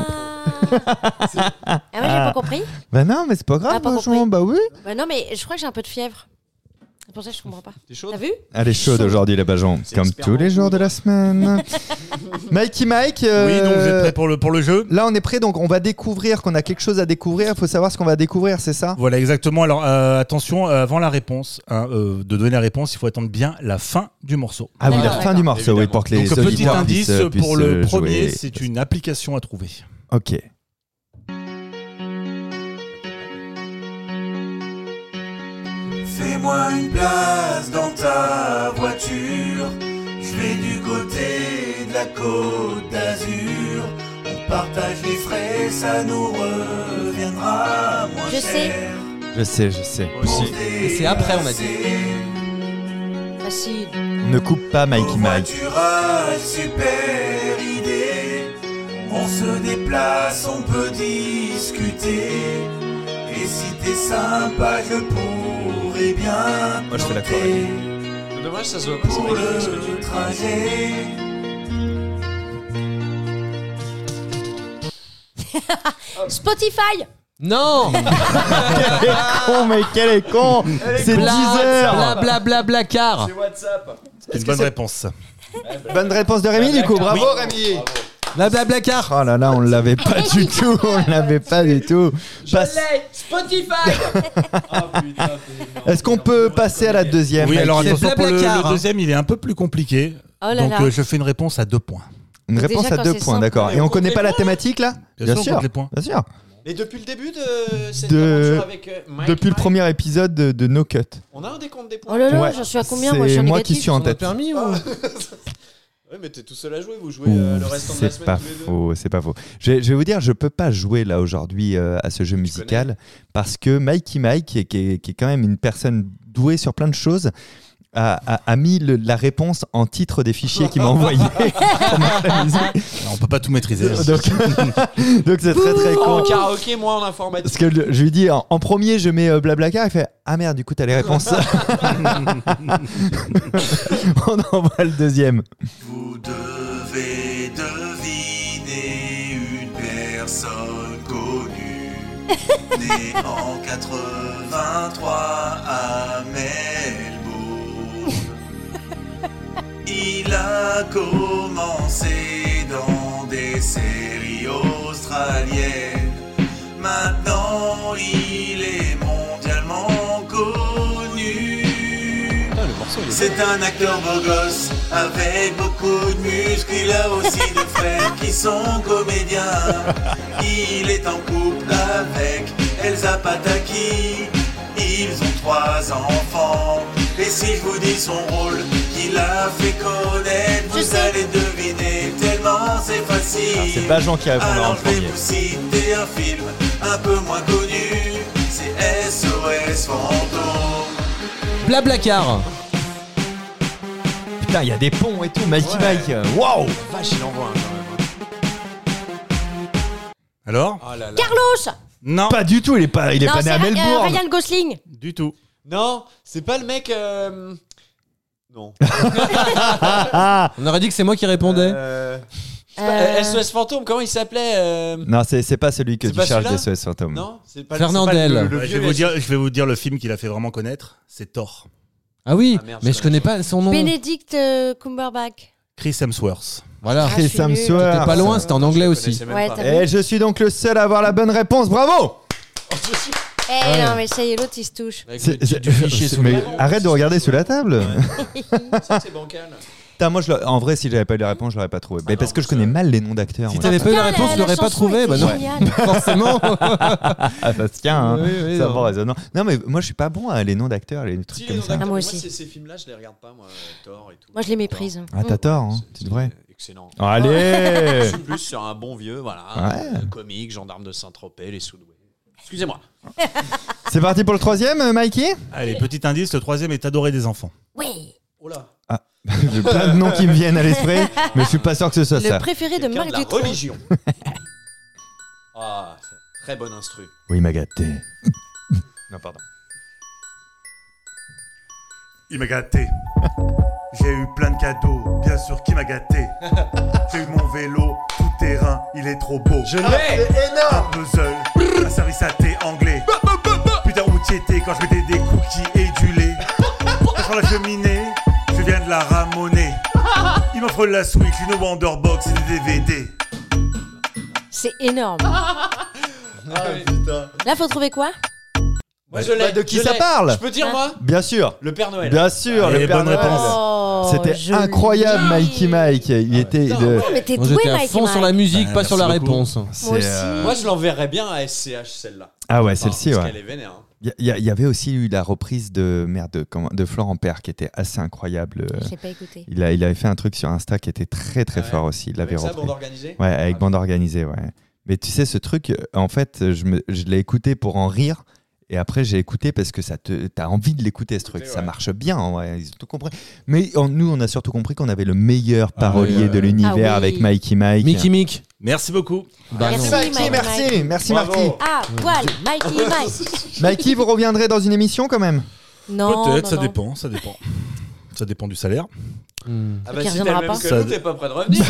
Speaker 3: Ah ouais, j'ai pas compris.
Speaker 2: Bah non, mais c'est pas grave,
Speaker 3: Ah, pas
Speaker 2: bonjour,
Speaker 3: compris.
Speaker 2: bah oui.
Speaker 3: Bah non, mais je crois que j'ai un peu de fièvre. C'est pour ça que je comprends pas. T'as
Speaker 4: T'es chaude
Speaker 3: vu
Speaker 2: Elle est chaude aujourd'hui, la Bajon, comme tous les jours de la semaine. Mikey Mike. euh,
Speaker 7: Oui, donc vous êtes prêts pour le, pour le jeu
Speaker 2: Là, on est prêt, donc on va découvrir qu'on a quelque chose à découvrir. Il faut savoir ce qu'on va découvrir, c'est ça
Speaker 7: Voilà, exactement. Alors euh, attention, euh, avant la réponse, hein, euh, de donner la réponse, il faut attendre bien la fin du morceau.
Speaker 2: Ah oui, la
Speaker 3: D'accord,
Speaker 2: fin du morceau, oui,
Speaker 4: évidemment.
Speaker 2: pour que les
Speaker 7: donc petit
Speaker 2: auditeurs
Speaker 7: indice
Speaker 2: puissent-
Speaker 7: pour
Speaker 2: puissent,
Speaker 7: le
Speaker 2: euh,
Speaker 7: premier,
Speaker 2: jouer.
Speaker 7: c'est une application à trouver.
Speaker 2: Ok.
Speaker 8: Fais-moi une place dans ta voiture. Je vais du côté de la côte d'Azur. On partage les frais, ça nous reviendra moins
Speaker 3: Je sais.
Speaker 8: cher.
Speaker 2: Je sais, je sais.
Speaker 8: Pour
Speaker 5: Mais c'est après, on m'a dit.
Speaker 8: déplacer
Speaker 3: Facile.
Speaker 2: Ne coupe pas Mikey
Speaker 8: au
Speaker 2: Mike.
Speaker 8: voiturage, super idée. On se déplace, on peut discuter. Et si t'es sympa, je pourrais bien.
Speaker 2: Moi, je fais la
Speaker 8: noter.
Speaker 2: chorale.
Speaker 4: Dommage, ça se voit
Speaker 8: pour le trajet.
Speaker 3: Spotify
Speaker 5: Non
Speaker 2: Oh, mais quel est con C'est 10
Speaker 5: Bla
Speaker 2: heures
Speaker 5: bla bla bla car
Speaker 7: C'est une bonne réponse.
Speaker 2: Bonne réponse de Rémi, du coup. Bravo, Rémi
Speaker 5: Bla bla bla car
Speaker 2: Oh là là, on l'avait pas du tout, on l'avait pas du tout. Passe-
Speaker 5: Spotify
Speaker 4: Ah,
Speaker 2: Est-ce qu'on peut passer à la deuxième
Speaker 7: Oui,
Speaker 2: Mikey
Speaker 7: alors
Speaker 5: c'est
Speaker 7: attention pour le,
Speaker 5: Blablacar,
Speaker 7: le
Speaker 5: hein.
Speaker 7: deuxième, il est un peu plus compliqué.
Speaker 3: Oh là
Speaker 7: donc
Speaker 3: là.
Speaker 7: euh, je fais une réponse à deux points.
Speaker 2: Une
Speaker 3: Déjà,
Speaker 2: réponse à
Speaker 3: quand
Speaker 2: deux
Speaker 3: c'est
Speaker 2: points,
Speaker 3: simple,
Speaker 2: d'accord.
Speaker 4: mais
Speaker 2: Et
Speaker 4: on
Speaker 2: on
Speaker 4: compte
Speaker 2: connaît
Speaker 4: les
Speaker 2: pas la thématique, là Bien
Speaker 7: on compte
Speaker 2: sûr,
Speaker 7: les points.
Speaker 2: bien sûr.
Speaker 4: Mais depuis le début de cette
Speaker 2: De-
Speaker 4: aventure avec euh, Mike,
Speaker 2: Depuis le
Speaker 4: Mike,
Speaker 2: premier épisode de, de No Cut.
Speaker 4: On a un décompte des points.
Speaker 3: Oh là là,
Speaker 2: Ouais.
Speaker 3: j'en suis à combien Moi, je suis
Speaker 2: C'est
Speaker 3: en
Speaker 2: moi qui
Speaker 3: négatif.
Speaker 2: suis en
Speaker 5: On a
Speaker 2: tête.
Speaker 5: permis ou
Speaker 4: Ouais, mais t'es tout seul à jouer, vous jouez euh, le
Speaker 2: Ouh,
Speaker 4: restant de la
Speaker 2: C'est
Speaker 4: semaine
Speaker 2: pas
Speaker 4: tous les deux.
Speaker 2: faux, c'est pas faux. Je, vais- je vais vous dire, je peux pas jouer là aujourd'hui euh, à ce jeu musical parce que Mikey Mike, qui est, qui est- qui est quand même une personne douée sur plein de choses, a, a- a mis le- la réponse en titre des fichiers qu'il m'a envoyé.
Speaker 7: On peut pas tout maîtriser.
Speaker 2: Euh, donc donc c'est très très
Speaker 6: En
Speaker 2: con.
Speaker 6: karaoké, moi en informatique.
Speaker 2: Parce que le- je lui dis en, en premier je mets euh, Blablacar, il fait ah merde du coup t'as les réponses. On envoie le deuxième.
Speaker 8: Vous devez deviner une personne connue, née en 83 à Melbourne. Il a commencé dans des séries australiennes. Maintenant, il est mondialement connu.
Speaker 2: Ah,
Speaker 8: C'est un acteur beau gosse avec beaucoup de muscles. Il a aussi des frères qui sont comédiens. Il est en couple avec Elsa Pataki. Ils ont trois enfants. Et si je vous dis son rôle qu'il a fait connaître,
Speaker 3: Je
Speaker 8: vous
Speaker 3: sais.
Speaker 8: allez deviner tellement c'est facile.
Speaker 2: Ah, c'est Bajan qui répond là en
Speaker 8: Alors je vais
Speaker 2: premier.
Speaker 8: vous citer un film un peu moins connu. C'est SOS Fantôme.
Speaker 5: Blablacar.
Speaker 2: Putain il y a des ponts et tout Magic Mike. Waouh.
Speaker 6: Vache, il
Speaker 2: hein,
Speaker 6: envoie un quand même.
Speaker 7: Alors
Speaker 6: hein. Oh là là.
Speaker 3: Carlos
Speaker 7: Non.
Speaker 2: Pas du tout il est pas il est
Speaker 3: Non,
Speaker 2: pas né
Speaker 3: c'est
Speaker 2: à
Speaker 3: Ra- euh,
Speaker 2: Melbourne.
Speaker 3: Ryan Gosling.
Speaker 7: Du tout.
Speaker 6: Non, c'est pas le mec. euh, Non.
Speaker 2: Ah.
Speaker 5: On aurait dit que c'est moi qui répondais.
Speaker 6: Euh,
Speaker 3: Euh,
Speaker 6: SOS Fantôme, comment il s'appelait euh,
Speaker 2: Non c'est c'est pas celui que
Speaker 6: C'est
Speaker 2: tu
Speaker 6: pas
Speaker 2: cherches des
Speaker 6: celui-là
Speaker 2: SOS fantômes.
Speaker 6: Non, c'est pas
Speaker 5: Fernandel.
Speaker 6: c'est pas le- le
Speaker 7: Ouais, je,
Speaker 6: vieux
Speaker 7: vais vous
Speaker 6: mec.
Speaker 7: dire, je vais vous dire le film qu'il a fait vraiment connaître. C'est Thor.
Speaker 5: Ah oui,
Speaker 6: Ah, merde,
Speaker 5: mais
Speaker 6: je
Speaker 5: je connais pas son nom.
Speaker 3: Benedict euh, Cumberbatch.
Speaker 7: Chris Hemsworth.
Speaker 5: Voilà.
Speaker 3: Ah, je
Speaker 2: Chris
Speaker 3: suis nulle.
Speaker 2: Hemsworth.
Speaker 5: T'es pas loin, c'était en anglais
Speaker 6: Je
Speaker 5: aussi.
Speaker 6: connaissais même
Speaker 3: Ouais,
Speaker 6: pas.
Speaker 3: t'as vu
Speaker 2: Et Eh, je suis donc le seul à avoir la bonne réponse, bravo
Speaker 3: Eh non, mais ça y est, l'autre, il se touche.
Speaker 6: Bah, écoute,
Speaker 2: C'est-
Speaker 6: tu-
Speaker 2: c'est-
Speaker 6: tu fiches sous
Speaker 2: mais
Speaker 6: le bras.
Speaker 2: Arrête de regarder sous la table
Speaker 6: Ça, c'est bancal.
Speaker 2: Putain, moi, je l'aurais- En vrai, si j'avais pas eu la réponse, je l'aurais pas trouvé. Mais
Speaker 6: non,
Speaker 2: parce que
Speaker 6: mais
Speaker 2: je connais
Speaker 6: ça-
Speaker 2: mal les noms d'acteurs.
Speaker 5: Si
Speaker 2: moi.
Speaker 5: t'avais pas eu la
Speaker 3: Putain,
Speaker 5: réponse,
Speaker 3: la-
Speaker 5: tu l'aurais
Speaker 3: la
Speaker 5: pas
Speaker 3: chanson
Speaker 5: trouvé.
Speaker 3: était
Speaker 5: Bah non,
Speaker 3: géniale.
Speaker 5: forcément.
Speaker 2: Ah, ça se tient, hein.
Speaker 5: Oui, oui,
Speaker 2: ça
Speaker 5: non.
Speaker 2: va raisonnant. Non, mais moi, je suis pas bon à les noms d'acteurs, les trucs
Speaker 6: Si, les
Speaker 2: comme
Speaker 6: noms
Speaker 2: ça.
Speaker 6: d'acteurs,
Speaker 3: moi
Speaker 6: moi
Speaker 3: aussi.
Speaker 6: c'est- Ces films-là, je les regarde pas, moi. euh, Thor et tout.
Speaker 3: Moi, je les méprise.
Speaker 2: Ah, t'as tort, hein.
Speaker 6: C'est-
Speaker 2: c'est vrai.
Speaker 6: c'est Excellent. Je
Speaker 2: Allez
Speaker 6: suis plus sur un bon vieux, voilà.
Speaker 2: Ouais.
Speaker 6: euh, comique, gendarme de Saint-Tropez, les Soudoués. Excusez-moi.
Speaker 2: C'est parti pour le troisième, euh, Mikey
Speaker 7: Allez, petit indice, le troisième est adoré des enfants.
Speaker 3: Oui.
Speaker 6: Oh là.
Speaker 2: J'ai plein de noms qui me viennent à l'esprit, mais je suis pas sûr que ce soit
Speaker 3: Le
Speaker 2: ça.
Speaker 3: préféré de
Speaker 6: Quelqu'un
Speaker 3: Marc
Speaker 6: la
Speaker 3: Dutroux.
Speaker 6: religion. ah, c'est très bon instru.
Speaker 2: Oui, il m'a gâté. Non, pardon.
Speaker 8: Il m'a gâté. J'ai eu plein de cadeaux, bien sûr qu'il m'a gâté. J'ai eu mon vélo tout terrain, il est trop beau. Ah, Je
Speaker 6: l'ai
Speaker 8: Un puzzle, un service à thé anglais. Putain, où t'étais quand je mettais des cookies et du lait Sur la cheminée, je viens de la ramonner. Il m'offre la Switch, une Wonderbox et des DVD.
Speaker 3: C'est énorme. Là, faut trouver quoi
Speaker 6: Moi, Ah, je l'ai.
Speaker 2: bah, de qui
Speaker 6: je
Speaker 2: ça
Speaker 6: l'ai.
Speaker 2: parle
Speaker 6: Je peux
Speaker 3: Ah.
Speaker 6: dire, moi
Speaker 2: Bien sûr
Speaker 6: Le Père Noël.
Speaker 2: Bien sûr,
Speaker 7: Allez,
Speaker 2: le Père
Speaker 7: bonne
Speaker 2: Noël.
Speaker 7: réponse.
Speaker 3: Oh,
Speaker 2: Ah, C'était
Speaker 3: joli.
Speaker 2: incroyable, Mikey Mike. Il était. de-
Speaker 3: Ouais, mais t'es
Speaker 5: Moi,
Speaker 3: doué,
Speaker 5: j'étais à
Speaker 3: Mike.
Speaker 5: fond sur la musique,
Speaker 7: Bah,
Speaker 5: pas sur la
Speaker 7: merci beaucoup.
Speaker 5: réponse.
Speaker 2: c'est,
Speaker 3: Moi aussi.
Speaker 2: euh,
Speaker 6: Moi, je l'enverrais bien à SCH, celle-là.
Speaker 2: Ah ouais,
Speaker 6: Enfin,
Speaker 2: celle-ci,
Speaker 6: Parce
Speaker 2: ouais.
Speaker 6: qu'elle est vénère. hein.
Speaker 2: Il y, a- y avait aussi eu la reprise de merde de, comment- de Florent Père qui était assez incroyable.
Speaker 3: Je l'ai pas écouté.
Speaker 2: Il, a, il avait fait un truc sur Insta qui était très très
Speaker 6: Ah ouais.
Speaker 2: fort aussi. Il l'avait
Speaker 6: Avec ça,
Speaker 2: repris.
Speaker 6: bande organisée
Speaker 2: Ouais, avec
Speaker 6: Ah,
Speaker 2: bande organisée, ouais. Mais tu sais, ce truc, euh, en fait, je, me- je l'ai écouté pour en rire. Et après, j'ai écouté parce que ça te, t'as envie de l'écouter, ce truc.
Speaker 6: Écouter,
Speaker 2: Ça
Speaker 6: ouais.
Speaker 2: marche bien, en vrai, Ils ont tout compris. Mais on- nous, on a surtout compris qu'on avait le meilleur parolier
Speaker 5: oui, ouais,
Speaker 2: de
Speaker 5: ouais.
Speaker 2: l'univers
Speaker 3: Ah oui.
Speaker 2: avec Mikey Mike.
Speaker 5: Mickey Mick.
Speaker 7: Merci beaucoup.
Speaker 5: Bah non.
Speaker 3: Merci,
Speaker 2: Mikey,
Speaker 3: Mike,
Speaker 2: merci,
Speaker 3: Mike.
Speaker 2: merci,
Speaker 6: Bravo.
Speaker 2: Marty.
Speaker 3: Ah, poil, Mikey Mike.
Speaker 2: Mikey, vous reviendrez dans une émission quand même
Speaker 3: Non,
Speaker 7: Peut-être,
Speaker 3: non,
Speaker 7: ça
Speaker 3: non.
Speaker 7: dépend, ça dépend. ça dépend du salaire.
Speaker 5: Hmm.
Speaker 6: Ah,
Speaker 3: Qui
Speaker 6: bah, si t'es
Speaker 3: reviendra
Speaker 6: le même
Speaker 3: pas.
Speaker 6: que
Speaker 7: Ça-
Speaker 6: nous, t'es pas prêt de revenir.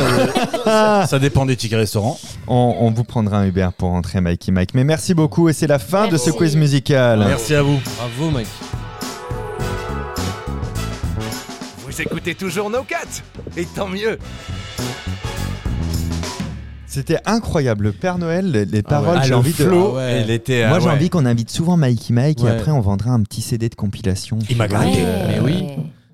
Speaker 3: Ah.
Speaker 7: Ça dépend des tickets restaurants.
Speaker 2: On, on vous prendra un Uber pour rentrer, Mikey Mike. Mais merci beaucoup et c'est la fin de ce
Speaker 3: Merci.
Speaker 2: quiz musical.
Speaker 7: Merci à vous.
Speaker 5: Bravo, Mike.
Speaker 1: Vous écoutez toujours No Cut Et tant mieux
Speaker 2: C'était incroyable, le Père Noël, les, les paroles.
Speaker 5: Ah,
Speaker 2: j'ai
Speaker 5: le
Speaker 2: envie de.
Speaker 5: flow.
Speaker 4: Il était. euh,
Speaker 2: Moi, j'ai envie qu'on invite souvent Mikey Mike et
Speaker 5: Ouais.
Speaker 2: après on vendra un petit CD de compilation.
Speaker 7: Il m'a
Speaker 3: Ouais.
Speaker 7: gratté.
Speaker 5: Mais oui.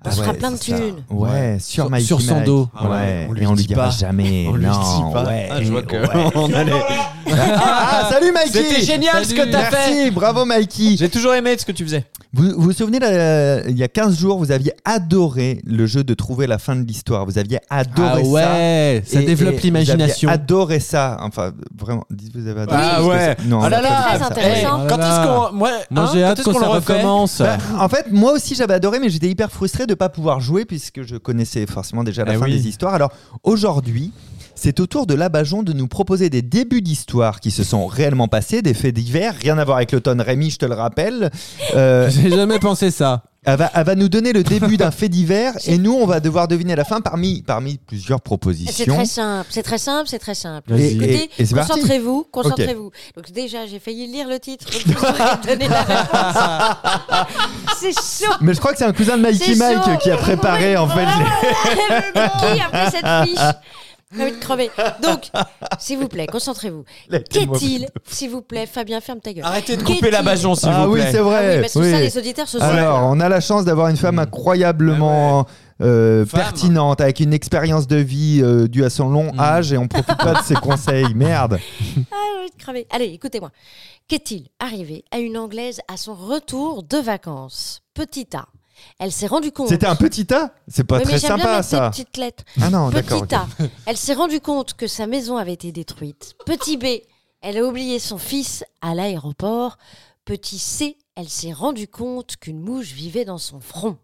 Speaker 3: On se fera
Speaker 2: euh, Ah ouais,
Speaker 3: plein de
Speaker 2: c'est ça.
Speaker 3: thunes.
Speaker 2: Ouais,
Speaker 5: Ouais.
Speaker 2: sur,
Speaker 5: Sur-
Speaker 2: Mikey
Speaker 5: sur son
Speaker 2: Mike.
Speaker 5: dos.
Speaker 2: Ouais,
Speaker 4: Ah ouais, on lui
Speaker 2: et on
Speaker 4: dit
Speaker 2: lui dira
Speaker 4: pas.
Speaker 2: jamais.
Speaker 4: On lui
Speaker 2: non,
Speaker 4: dit pas.
Speaker 2: ouais,
Speaker 4: Ah, je vois que-
Speaker 2: ouais. Ah, salut Mikey
Speaker 6: C'était génial ce que
Speaker 5: Salut.
Speaker 6: t'as fait.
Speaker 2: Merci, bravo Mikey
Speaker 6: J'ai toujours aimé ce que tu faisais.
Speaker 2: Vous vous, vous souvenez, là, il y a 15 jours, vous aviez adoré le jeu de trouver la fin de l'histoire. Vous aviez adoré
Speaker 5: Ah
Speaker 2: ça.
Speaker 5: ouais, ça
Speaker 2: Et- et
Speaker 5: développe
Speaker 2: vous
Speaker 5: l'imagination.
Speaker 2: aviez adoré ça. Enfin, vraiment, dites vous avez adoré.
Speaker 6: Ah
Speaker 2: parce que
Speaker 6: ouais.
Speaker 2: ça- Non,
Speaker 6: Ah là
Speaker 2: on a
Speaker 6: là,
Speaker 2: pas fait
Speaker 3: très
Speaker 2: ça.
Speaker 3: intéressant.
Speaker 5: Oh là
Speaker 6: Quand est-ce
Speaker 5: là.
Speaker 6: qu'on. Moi,
Speaker 5: Moi
Speaker 6: hein,
Speaker 5: j'ai
Speaker 6: quand
Speaker 5: hâte
Speaker 6: est-ce
Speaker 5: qu'on
Speaker 6: qu'on
Speaker 5: ça
Speaker 6: le refait
Speaker 5: recommence.
Speaker 2: Bah, en fait, moi aussi j'avais adoré, mais j'étais hyper frustré de pas pouvoir jouer puisque je connaissais forcément déjà la
Speaker 5: Eh
Speaker 2: fin
Speaker 5: oui.
Speaker 2: des histoires. Alors aujourd'hui, c'est au tour de Labajon de nous proposer des débuts d'histoires qui se sont réellement passés, des faits divers, rien à voir avec l'automne Rémi, je te le rappelle. Euh,
Speaker 5: J'ai jamais pensé ça.
Speaker 2: elle, va, elle va nous donner le début d'un fait divers et nous, on va devoir deviner la fin parmi, parmi plusieurs
Speaker 3: C'est
Speaker 2: propositions.
Speaker 3: très simple, c'est très simple, c'est très simple.
Speaker 5: Vas-y.
Speaker 3: Écoutez,
Speaker 2: Et- et c'est parti.
Speaker 3: concentrez-vous, concentrez-vous. Donc déjà, j'ai failli lire le titre. Je vous aurais donné la réponse. c'est chaud.
Speaker 2: Mais je crois que c'est un cousin de Mikey
Speaker 3: C'est
Speaker 2: Mike
Speaker 3: chaud.
Speaker 2: qui a préparé en fait. les-
Speaker 3: Qui a pris cette fiche J'ai envie de crever. Donc, s'il vous plaît, concentrez-vous.
Speaker 2: les-
Speaker 3: Qu'est-il, s'il vous plaît, Fabien, ferme ta gueule.
Speaker 5: Arrêtez de
Speaker 3: couper la bajon,
Speaker 5: s'il
Speaker 2: Ah oui, c'est
Speaker 3: Ah
Speaker 2: vrai.
Speaker 3: oui, parce que
Speaker 2: Ah oui.
Speaker 3: ça, les auditeurs se sont.
Speaker 2: Alors, on a la chance d'avoir une femme incroyablement euh,
Speaker 5: Femme.
Speaker 2: pertinente, avec une expérience de vie euh, due à son long âge, et on profite pas de ses conseils. Merde.
Speaker 3: Ah, j'ai envie de crever. Allez, écoutez-moi. Qu'est-il arrivé à une Anglaise à son retour de vacances Petit A. Elle s'est rendue compte.
Speaker 2: C'était un petit A C'est pas
Speaker 3: Oh. Oui, mais
Speaker 2: très
Speaker 3: j'aime bien
Speaker 2: sympa,
Speaker 3: mettre des
Speaker 2: ça.
Speaker 3: petites lettres.
Speaker 2: Ah non, d'accord.
Speaker 3: Petit A, elle s'est rendue compte que sa maison avait été détruite. Petit B, elle a oublié son fils à l'aéroport. Petit C, elle s'est rendue compte qu'une mouche vivait dans son front.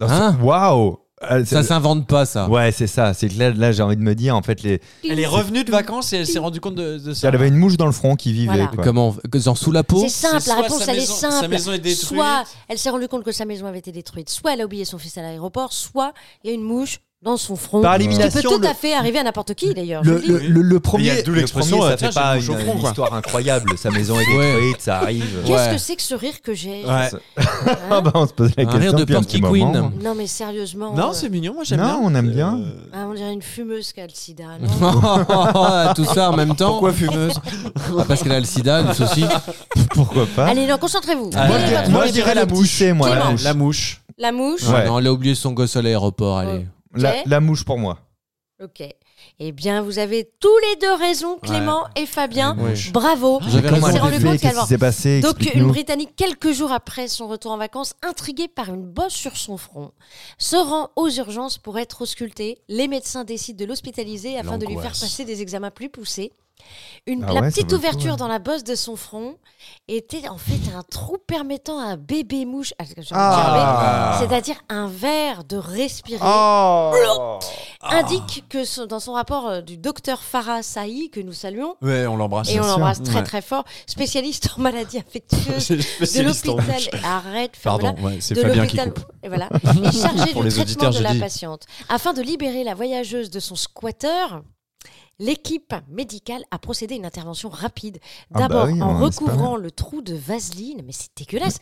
Speaker 2: ok.
Speaker 5: Hein
Speaker 2: Waouh Euh, c'est-
Speaker 5: Ça s'invente pas, ça.
Speaker 2: Ouais, c'est ça. C'est que là, là, j'ai envie de me dire, en fait, les...
Speaker 6: Elle est revenue de vacances et elle s'est rendue compte de, de ça.
Speaker 2: elle avait une mouche dans le front qui vivait.
Speaker 3: Voilà.
Speaker 2: quoi.
Speaker 5: Comment on- Genre sous la peau
Speaker 3: C'est simple,
Speaker 6: c'est
Speaker 3: la
Speaker 6: soit
Speaker 3: réponse,
Speaker 6: sa
Speaker 3: elle
Speaker 6: maison-
Speaker 3: est
Speaker 6: sa
Speaker 3: simple.
Speaker 6: maison est détruite.
Speaker 3: Soit elle s'est rendue compte que sa maison avait été détruite, soit elle a oublié son fils à l'aéroport, soit il y a une mouche dans son front.
Speaker 2: Par
Speaker 3: Ce qui peut
Speaker 2: élimination,
Speaker 3: tout
Speaker 2: le-
Speaker 3: à fait arriver à n'importe qui, d'ailleurs.
Speaker 2: Le,
Speaker 3: je le
Speaker 2: le,
Speaker 3: dis.
Speaker 2: le- le
Speaker 4: Mais il y a
Speaker 2: premier,
Speaker 4: d'où
Speaker 2: le
Speaker 4: l'expression,
Speaker 2: premier, ça
Speaker 4: euh, tiens,
Speaker 2: fait
Speaker 4: j'ai une
Speaker 2: pas
Speaker 4: mouche au
Speaker 2: une,
Speaker 4: front,
Speaker 2: une
Speaker 4: quoi.
Speaker 2: histoire incroyable. Sa maison est
Speaker 5: Ouais.
Speaker 2: détruite, ça arrive.
Speaker 3: Qu'est-ce
Speaker 5: Ouais.
Speaker 3: que c'est que ce rire que j'ai
Speaker 2: Ouais. Ah
Speaker 3: Hein
Speaker 2: bah, on se pose la
Speaker 5: Un
Speaker 2: question
Speaker 5: rire de
Speaker 2: depuis un
Speaker 5: Porky
Speaker 2: petit
Speaker 5: Queen.
Speaker 2: moment.
Speaker 3: Non, mais sérieusement.
Speaker 6: Non,
Speaker 3: euh,
Speaker 6: c'est mignon, moi j'aime
Speaker 2: Non,
Speaker 6: bien.
Speaker 2: on aime bien.
Speaker 6: Euh,
Speaker 3: ah, on dirait une fumeuse qui a le sida. non
Speaker 5: Tout ça en même temps. Pourquoi fumeuse Parce qu'elle a le sida, le souci.
Speaker 2: Pourquoi pas
Speaker 3: Allez, non, concentrez-vous.
Speaker 5: Moi,
Speaker 3: Quel est
Speaker 5: je
Speaker 3: votre-
Speaker 5: dirais-
Speaker 2: Hein Ah, Moi,
Speaker 5: je
Speaker 2: je dirais la
Speaker 5: le petit
Speaker 2: mouche. c'est moi, la
Speaker 3: Clément.
Speaker 2: mouche.
Speaker 6: La mouche.
Speaker 3: La mouche
Speaker 2: Ouais.
Speaker 5: Non, elle a oublié son gosse à l'aéroport. Allez.
Speaker 2: La, la mouche pour moi.
Speaker 3: Ok. Eh bien, vous avez tous les deux raison, Clément et Fabien.
Speaker 2: Eh,
Speaker 3: Bravo.
Speaker 5: J'avais
Speaker 3: On
Speaker 5: raison.
Speaker 3: s'est
Speaker 5: elle
Speaker 3: rendu
Speaker 5: avait
Speaker 3: compte qu'elle
Speaker 2: Qu'est-ce qui s'est passé
Speaker 3: Donc, une
Speaker 2: Explique-nous.
Speaker 3: Britannique, quelques jours après son retour en vacances, intriguée par une bosse sur son front, se rend aux urgences pour être auscultée. Les médecins décident de l'hospitaliser afin de lui faire
Speaker 5: L'angoisse.
Speaker 3: passer des examens plus poussés. Une,
Speaker 2: Ah
Speaker 3: la
Speaker 2: ouais, ça vaut
Speaker 3: petite
Speaker 2: le coup,
Speaker 3: ouverture
Speaker 2: ouais.
Speaker 3: dans la bosse de son front était en fait un trou permettant à un bébé mouche, ah, je- je-
Speaker 2: Ah.
Speaker 3: c'est-à-dire un verre de respirer,
Speaker 6: Ah.
Speaker 2: Oh
Speaker 3: indique que son- dans son rapport euh, du docteur Farah Sahi, que nous saluons,
Speaker 6: Ouais, on l'embrasse.
Speaker 3: et on l'embrasse très
Speaker 6: Ouais.
Speaker 3: très fort, spécialiste en maladies infectieuses,
Speaker 6: C'est le
Speaker 3: de
Speaker 6: spécialiste en
Speaker 3: l'hôpital.
Speaker 6: mouche.
Speaker 3: Arrête, ferme-la.
Speaker 6: Pardon, ouais, c'est
Speaker 3: de
Speaker 6: Fabien qui
Speaker 3: l'hôpital-
Speaker 6: coupe.
Speaker 3: Et voilà. Et chargé
Speaker 6: Pour
Speaker 3: du
Speaker 6: les
Speaker 3: traitement
Speaker 6: auditeurs,
Speaker 3: de
Speaker 6: je
Speaker 3: la
Speaker 6: dis.
Speaker 3: patiente. Afin de libérer la voyageuse de son squatteur, l'équipe médicale a procédé à une intervention rapide.
Speaker 2: Ah bah
Speaker 3: D'abord
Speaker 2: oui,
Speaker 3: en
Speaker 2: on- c'est pas
Speaker 3: recouvrant le trou de vaseline. Mais c'est dégueulasse.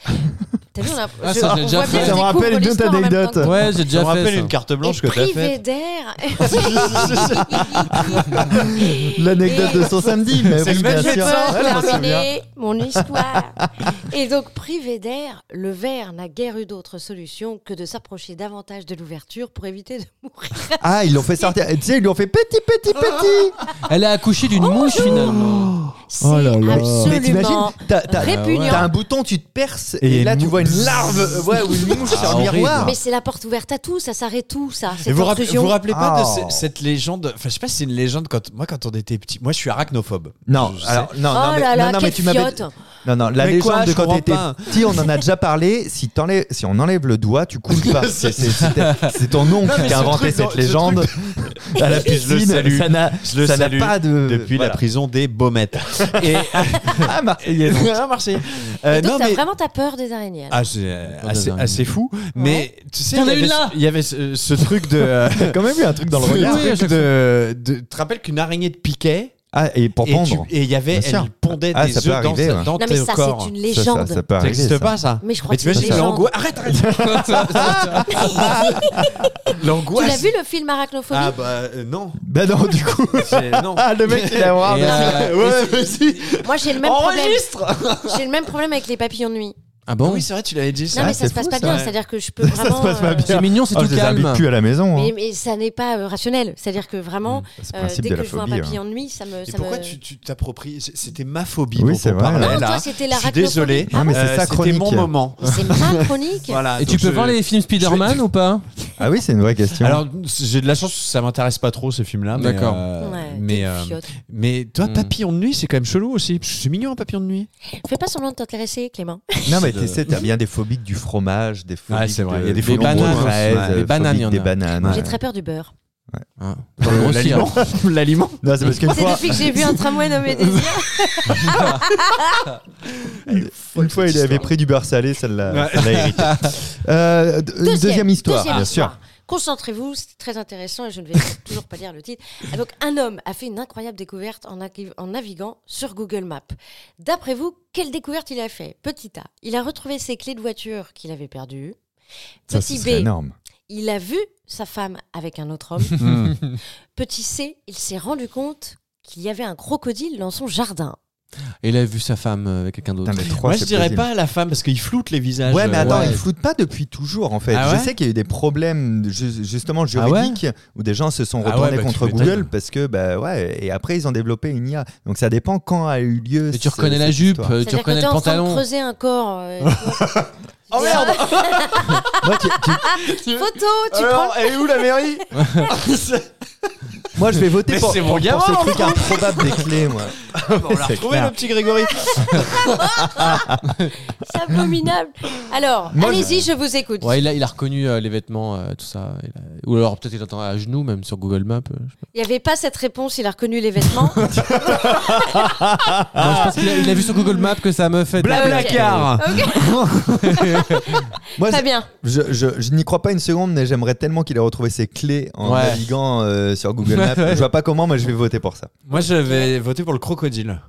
Speaker 3: T'as vu, on a.
Speaker 5: Ah,
Speaker 3: je-
Speaker 5: ça, j'ai
Speaker 3: on
Speaker 5: déjà
Speaker 3: voit bien que
Speaker 5: fait. Ça
Speaker 3: je
Speaker 2: me
Speaker 3: découvre
Speaker 2: rappelle une autre
Speaker 3: l'histoire en même temps
Speaker 2: anecdte.
Speaker 3: que toi.
Speaker 5: Ouais, j'ai
Speaker 6: Je me
Speaker 5: déjà fait.
Speaker 6: rappelle
Speaker 5: ça.
Speaker 6: une carte blanche
Speaker 3: Et
Speaker 6: que t'as
Speaker 3: privé
Speaker 6: faite.
Speaker 3: d'air.
Speaker 2: L'anecdote de son samedi, mais oui, bien
Speaker 3: Je peux
Speaker 2: sûr. Ouais, je m'en souviens.
Speaker 3: terminer mon histoire. Et donc, privé d'air, le verre n'a guère eu d'autre solution que de s'approcher davantage de l'ouverture pour éviter de mourir.
Speaker 2: Ah, ils l'ont fait sortir. Et Tu sais, ils lui ont fait petit, petit,
Speaker 3: Oh.
Speaker 2: petit.
Speaker 5: Elle a accouché d'une mouche finalement.
Speaker 3: C'est
Speaker 2: Mais
Speaker 3: absolument
Speaker 2: t'imagines, t'as, t'as-
Speaker 3: répugnant.
Speaker 2: t'as un bouton, tu te perces,
Speaker 4: Et
Speaker 2: et, là,
Speaker 4: une
Speaker 2: tu
Speaker 4: mou-
Speaker 2: vois une larve euh, ouais, ou une mouche
Speaker 5: Ah,
Speaker 2: sur un
Speaker 5: horrible.
Speaker 2: miroir.
Speaker 3: Mais c'est la porte ouverte à tout, ça s'arrête tout, ça.
Speaker 6: Et
Speaker 3: Cette
Speaker 6: vous rappelez,
Speaker 3: intrusion.
Speaker 6: vous rappelez pas
Speaker 2: Oh.
Speaker 6: de ce- cette légende Enfin, je sais pas si c'est une légende. Quand, moi, quand on était petit, moi, je suis arachnophobe.
Speaker 2: Non,
Speaker 6: Je sais.
Speaker 2: alors, non, non,
Speaker 3: oh
Speaker 2: mais,
Speaker 3: là là,
Speaker 2: non, non, mais
Speaker 3: quelle
Speaker 2: tu m'avais.
Speaker 3: fiotte.
Speaker 2: Non, non, la
Speaker 6: Mais
Speaker 2: légende
Speaker 6: quoi,
Speaker 2: de
Speaker 6: je
Speaker 2: quand
Speaker 6: comprends
Speaker 2: t'étais
Speaker 6: pas.
Speaker 2: petit, on en a déjà parlé. Si, t'enlèves- si on enlève le doigt, tu coules pas. C'est, c'est- c'est- c'est ton oncle
Speaker 6: Non, mais
Speaker 2: qui a
Speaker 6: ce
Speaker 2: inventé
Speaker 6: truc dans-
Speaker 2: cette
Speaker 6: ce
Speaker 2: légende à la
Speaker 6: Je le
Speaker 2: piscine.
Speaker 6: salue.
Speaker 2: Ça n'a,
Speaker 6: Je le
Speaker 2: ça n'a
Speaker 6: salue
Speaker 2: pas de.
Speaker 3: Euh,
Speaker 6: Depuis la
Speaker 2: voilà.
Speaker 6: prison des Baumettes. et,
Speaker 2: Ah, Marc-
Speaker 6: Ah, Marseille. Euh,
Speaker 2: Eh,
Speaker 3: Et donc,
Speaker 6: non,
Speaker 3: t'as
Speaker 6: mais-
Speaker 3: vraiment ta peur des araignées. alors.
Speaker 6: Ah, c'est euh,
Speaker 5: Oh,
Speaker 6: assez,
Speaker 5: dingue.
Speaker 6: assez fou. Mais tu sais,
Speaker 5: T'en
Speaker 6: il y
Speaker 5: as une
Speaker 6: avait
Speaker 5: là
Speaker 6: ce- il y avait ce, ce truc de. euh,
Speaker 2: T'as quand même eu un truc dans le
Speaker 6: ce
Speaker 2: regard.
Speaker 5: Oui, à
Speaker 6: truc
Speaker 5: chaque
Speaker 6: de, de- Tu te rappelles qu'une araignée te piquait
Speaker 2: Ah, et pour
Speaker 6: et tu-
Speaker 2: pendre.
Speaker 6: et il y avait,
Speaker 2: Bien sûr.
Speaker 6: elle pondait
Speaker 2: Ah,
Speaker 6: des
Speaker 2: ça
Speaker 6: œufs
Speaker 2: peut
Speaker 6: dans,
Speaker 2: arriver,
Speaker 6: sa-
Speaker 2: ouais.
Speaker 6: dans
Speaker 3: non, mais
Speaker 6: tes
Speaker 3: ça,
Speaker 6: corps.
Speaker 3: c'est une
Speaker 2: Ça,
Speaker 3: légende.
Speaker 2: Ça, ça peut
Speaker 6: Ça
Speaker 2: arriver.
Speaker 6: n'existe
Speaker 2: ça.
Speaker 6: pas ça.
Speaker 3: Mais je crois
Speaker 6: Mais
Speaker 3: que
Speaker 6: tu
Speaker 3: c'est une
Speaker 6: imagines
Speaker 3: légende.
Speaker 6: l'angoisse. Arrête, arrête.
Speaker 3: Tu l'as
Speaker 6: L'angoisse.
Speaker 3: vu le film Arachnophobie
Speaker 6: Ah bah euh, non.
Speaker 2: Bah non, du coup.
Speaker 6: C'est- Non.
Speaker 2: Ah, le mec, il a
Speaker 5: Et,
Speaker 2: vraiment.
Speaker 5: euh,
Speaker 6: Ouais, mais si.
Speaker 3: Moi, j'ai le même problème. J'ai le même problème avec les papillons de nuit.
Speaker 5: Ah
Speaker 6: Ah
Speaker 5: bon
Speaker 6: oui, c'est vrai, tu l'avais dit
Speaker 3: Non,
Speaker 6: ça.
Speaker 3: mais ça
Speaker 2: c'est
Speaker 3: se passe
Speaker 2: fou,
Speaker 3: pas
Speaker 2: ça,
Speaker 3: bien.
Speaker 6: ouais.
Speaker 3: C'est-à-dire que je peux vraiment.
Speaker 2: se passe pas
Speaker 3: euh,
Speaker 2: bien.
Speaker 5: C'est mignon, c'est
Speaker 2: Oh,
Speaker 5: tout
Speaker 2: je les
Speaker 5: calme.
Speaker 2: habite plus à la maison. hein.
Speaker 3: Mais, mais ça n'est pas euh, rationnel. C'est-à-dire que vraiment,
Speaker 2: C'est le
Speaker 3: euh,
Speaker 2: Mmh. principe
Speaker 3: dès
Speaker 2: de
Speaker 3: que
Speaker 2: la
Speaker 3: je vois un
Speaker 2: phobie. hein.
Speaker 3: papillon de nuit, ça me.
Speaker 6: Et
Speaker 3: ça
Speaker 6: pourquoi
Speaker 3: me-
Speaker 6: tu tu t'appropries c'est- C'était ma phobie
Speaker 2: Oui,
Speaker 6: dont
Speaker 2: c'est
Speaker 6: on
Speaker 2: vrai.
Speaker 6: parlait
Speaker 3: Non,
Speaker 6: là.
Speaker 3: toi, c'était la
Speaker 6: Je suis désolé.
Speaker 2: Ah, mais c'est
Speaker 6: Euh,
Speaker 2: ça,
Speaker 6: C'était
Speaker 2: chronique.
Speaker 6: mon moment.
Speaker 3: C'est ma chronique.
Speaker 6: Voilà.
Speaker 5: Et tu
Speaker 6: donc
Speaker 5: peux
Speaker 6: je-
Speaker 5: voir les films Spider-Man ou pas
Speaker 2: Ah oui, c'est une vraie question.
Speaker 6: Alors, j'ai de la chance, ça m'intéresse pas trop ces films-là. mais,
Speaker 5: D'accord.
Speaker 6: euh,
Speaker 3: Ouais,
Speaker 6: mais,
Speaker 3: t'es
Speaker 6: euh,
Speaker 3: fiotte.
Speaker 6: mais toi,
Speaker 5: Hmm.
Speaker 6: papillon de nuit, c'est quand même chelou aussi. parce que C'est mignon un papillon de nuit.
Speaker 3: Fais pas semblant de t'intéresser, Clément.
Speaker 2: non, mais tu sais, t'as bien des phobiques du fromage, des phobiques
Speaker 5: Ouais, c'est vrai,
Speaker 2: de-
Speaker 5: il y a des
Speaker 2: du
Speaker 5: phobies
Speaker 2: nombre de
Speaker 5: bananes,
Speaker 2: fraises,
Speaker 5: ouais, des
Speaker 2: phobiques
Speaker 5: bananes, il y en
Speaker 2: des
Speaker 5: a.
Speaker 2: bananes.
Speaker 5: Ouais.
Speaker 3: J'ai très peur du beurre.
Speaker 5: Hein. Faut le hein. grossir.
Speaker 2: Ah. Euh, L'aliment Non, c'est parce qu'une
Speaker 3: C'est
Speaker 2: fois,
Speaker 3: depuis que j'ai vu un tramway nommé Désir.
Speaker 2: une fois, il avait pris du beurre salé, ça l'a ça l'a irrité. Euh, d- Deuxième, histoire,
Speaker 3: deuxième
Speaker 2: bien
Speaker 3: histoire.
Speaker 2: sûr.
Speaker 3: Concentrez-vous, c'est très intéressant et je ne vais toujours pas lire le titre. Ah, Donc, un homme a fait une incroyable découverte en, navi- en naviguant sur Google Maps. D'après vous, quelle découverte il a fait Petit A, il a retrouvé ses clés de voiture qu'il avait perdues.
Speaker 2: Ça,
Speaker 3: Petit
Speaker 2: ce
Speaker 3: B,
Speaker 2: serait énorme.
Speaker 3: il a vu sa femme avec un autre homme.
Speaker 4: Hmm.
Speaker 3: Petit C, il s'est rendu compte qu'il y avait un crocodile dans son jardin.
Speaker 5: Et il a vu sa femme euh, avec quelqu'un d'autre.
Speaker 2: Putain, mais trois,
Speaker 4: Moi, je
Speaker 2: c'est
Speaker 4: dirais
Speaker 2: possible.
Speaker 4: pas la femme parce qu'il floute les visages.
Speaker 2: Ouais, mais
Speaker 4: euh,
Speaker 2: attends,
Speaker 4: ouais.
Speaker 2: ils floutent pas depuis toujours, en fait.
Speaker 4: Ah
Speaker 2: je
Speaker 4: ouais
Speaker 2: sais qu'il y a eu des problèmes, ju- justement,
Speaker 4: Ah ouais
Speaker 2: juridiques, où des gens se sont
Speaker 4: Ah
Speaker 2: retournés
Speaker 4: ouais, bah, tu
Speaker 2: contre
Speaker 4: m'étonnes.
Speaker 2: Google parce que, bah ouais, et après, ils ont développé une IA. Donc, ça dépend quand a eu lieu.
Speaker 5: Et tu
Speaker 2: ce-
Speaker 5: reconnais la
Speaker 2: cette
Speaker 5: jupe,
Speaker 2: histoire.
Speaker 5: euh, tu
Speaker 3: C'est-à-dire que
Speaker 5: reconnais
Speaker 3: t'es
Speaker 5: le
Speaker 3: en train de
Speaker 5: pantalon. Oh,
Speaker 3: creuser un corps. euh, et toi, tu dis, ah,
Speaker 2: Moi, tu- tu-
Speaker 3: Photo, tu prends...
Speaker 6: Alors, elle est où la mairie
Speaker 2: moi, je vais voter
Speaker 4: Mais
Speaker 2: pour,
Speaker 4: c'est
Speaker 2: pour,
Speaker 4: mon
Speaker 2: pour
Speaker 4: gamin,
Speaker 2: ce
Speaker 4: enfin.
Speaker 2: truc improbable des clés, moi.
Speaker 4: On l'a
Speaker 2: C'est
Speaker 4: retrouvé,
Speaker 2: clair.
Speaker 4: le petit Grégory.
Speaker 3: C'est abominable. Alors,
Speaker 2: Moi,
Speaker 3: allez-y, je... vous écoute.
Speaker 5: Ouais, il a, il a reconnu euh, les vêtements, euh, tout ça. Il a- Ou alors peut-être il entend à genoux, même sur Google Maps. euh, je sais
Speaker 3: Il n'y avait pas cette réponse, il a reconnu les vêtements.
Speaker 5: pas. Non, je pense qu'il a, il a vu sur Google Maps que sa meuf était.
Speaker 4: Blablacar.
Speaker 2: Moi,
Speaker 4: Ah,
Speaker 3: Très bien.
Speaker 2: Je, je- je n'y crois pas une seconde, mais j'aimerais tellement qu'il ait retrouvé ses clés en
Speaker 5: Ouais.
Speaker 2: naviguant euh, sur Google Maps. je vois pas comment, mais je vais voter pour ça.
Speaker 4: Moi, je vais voter pour le crocodile.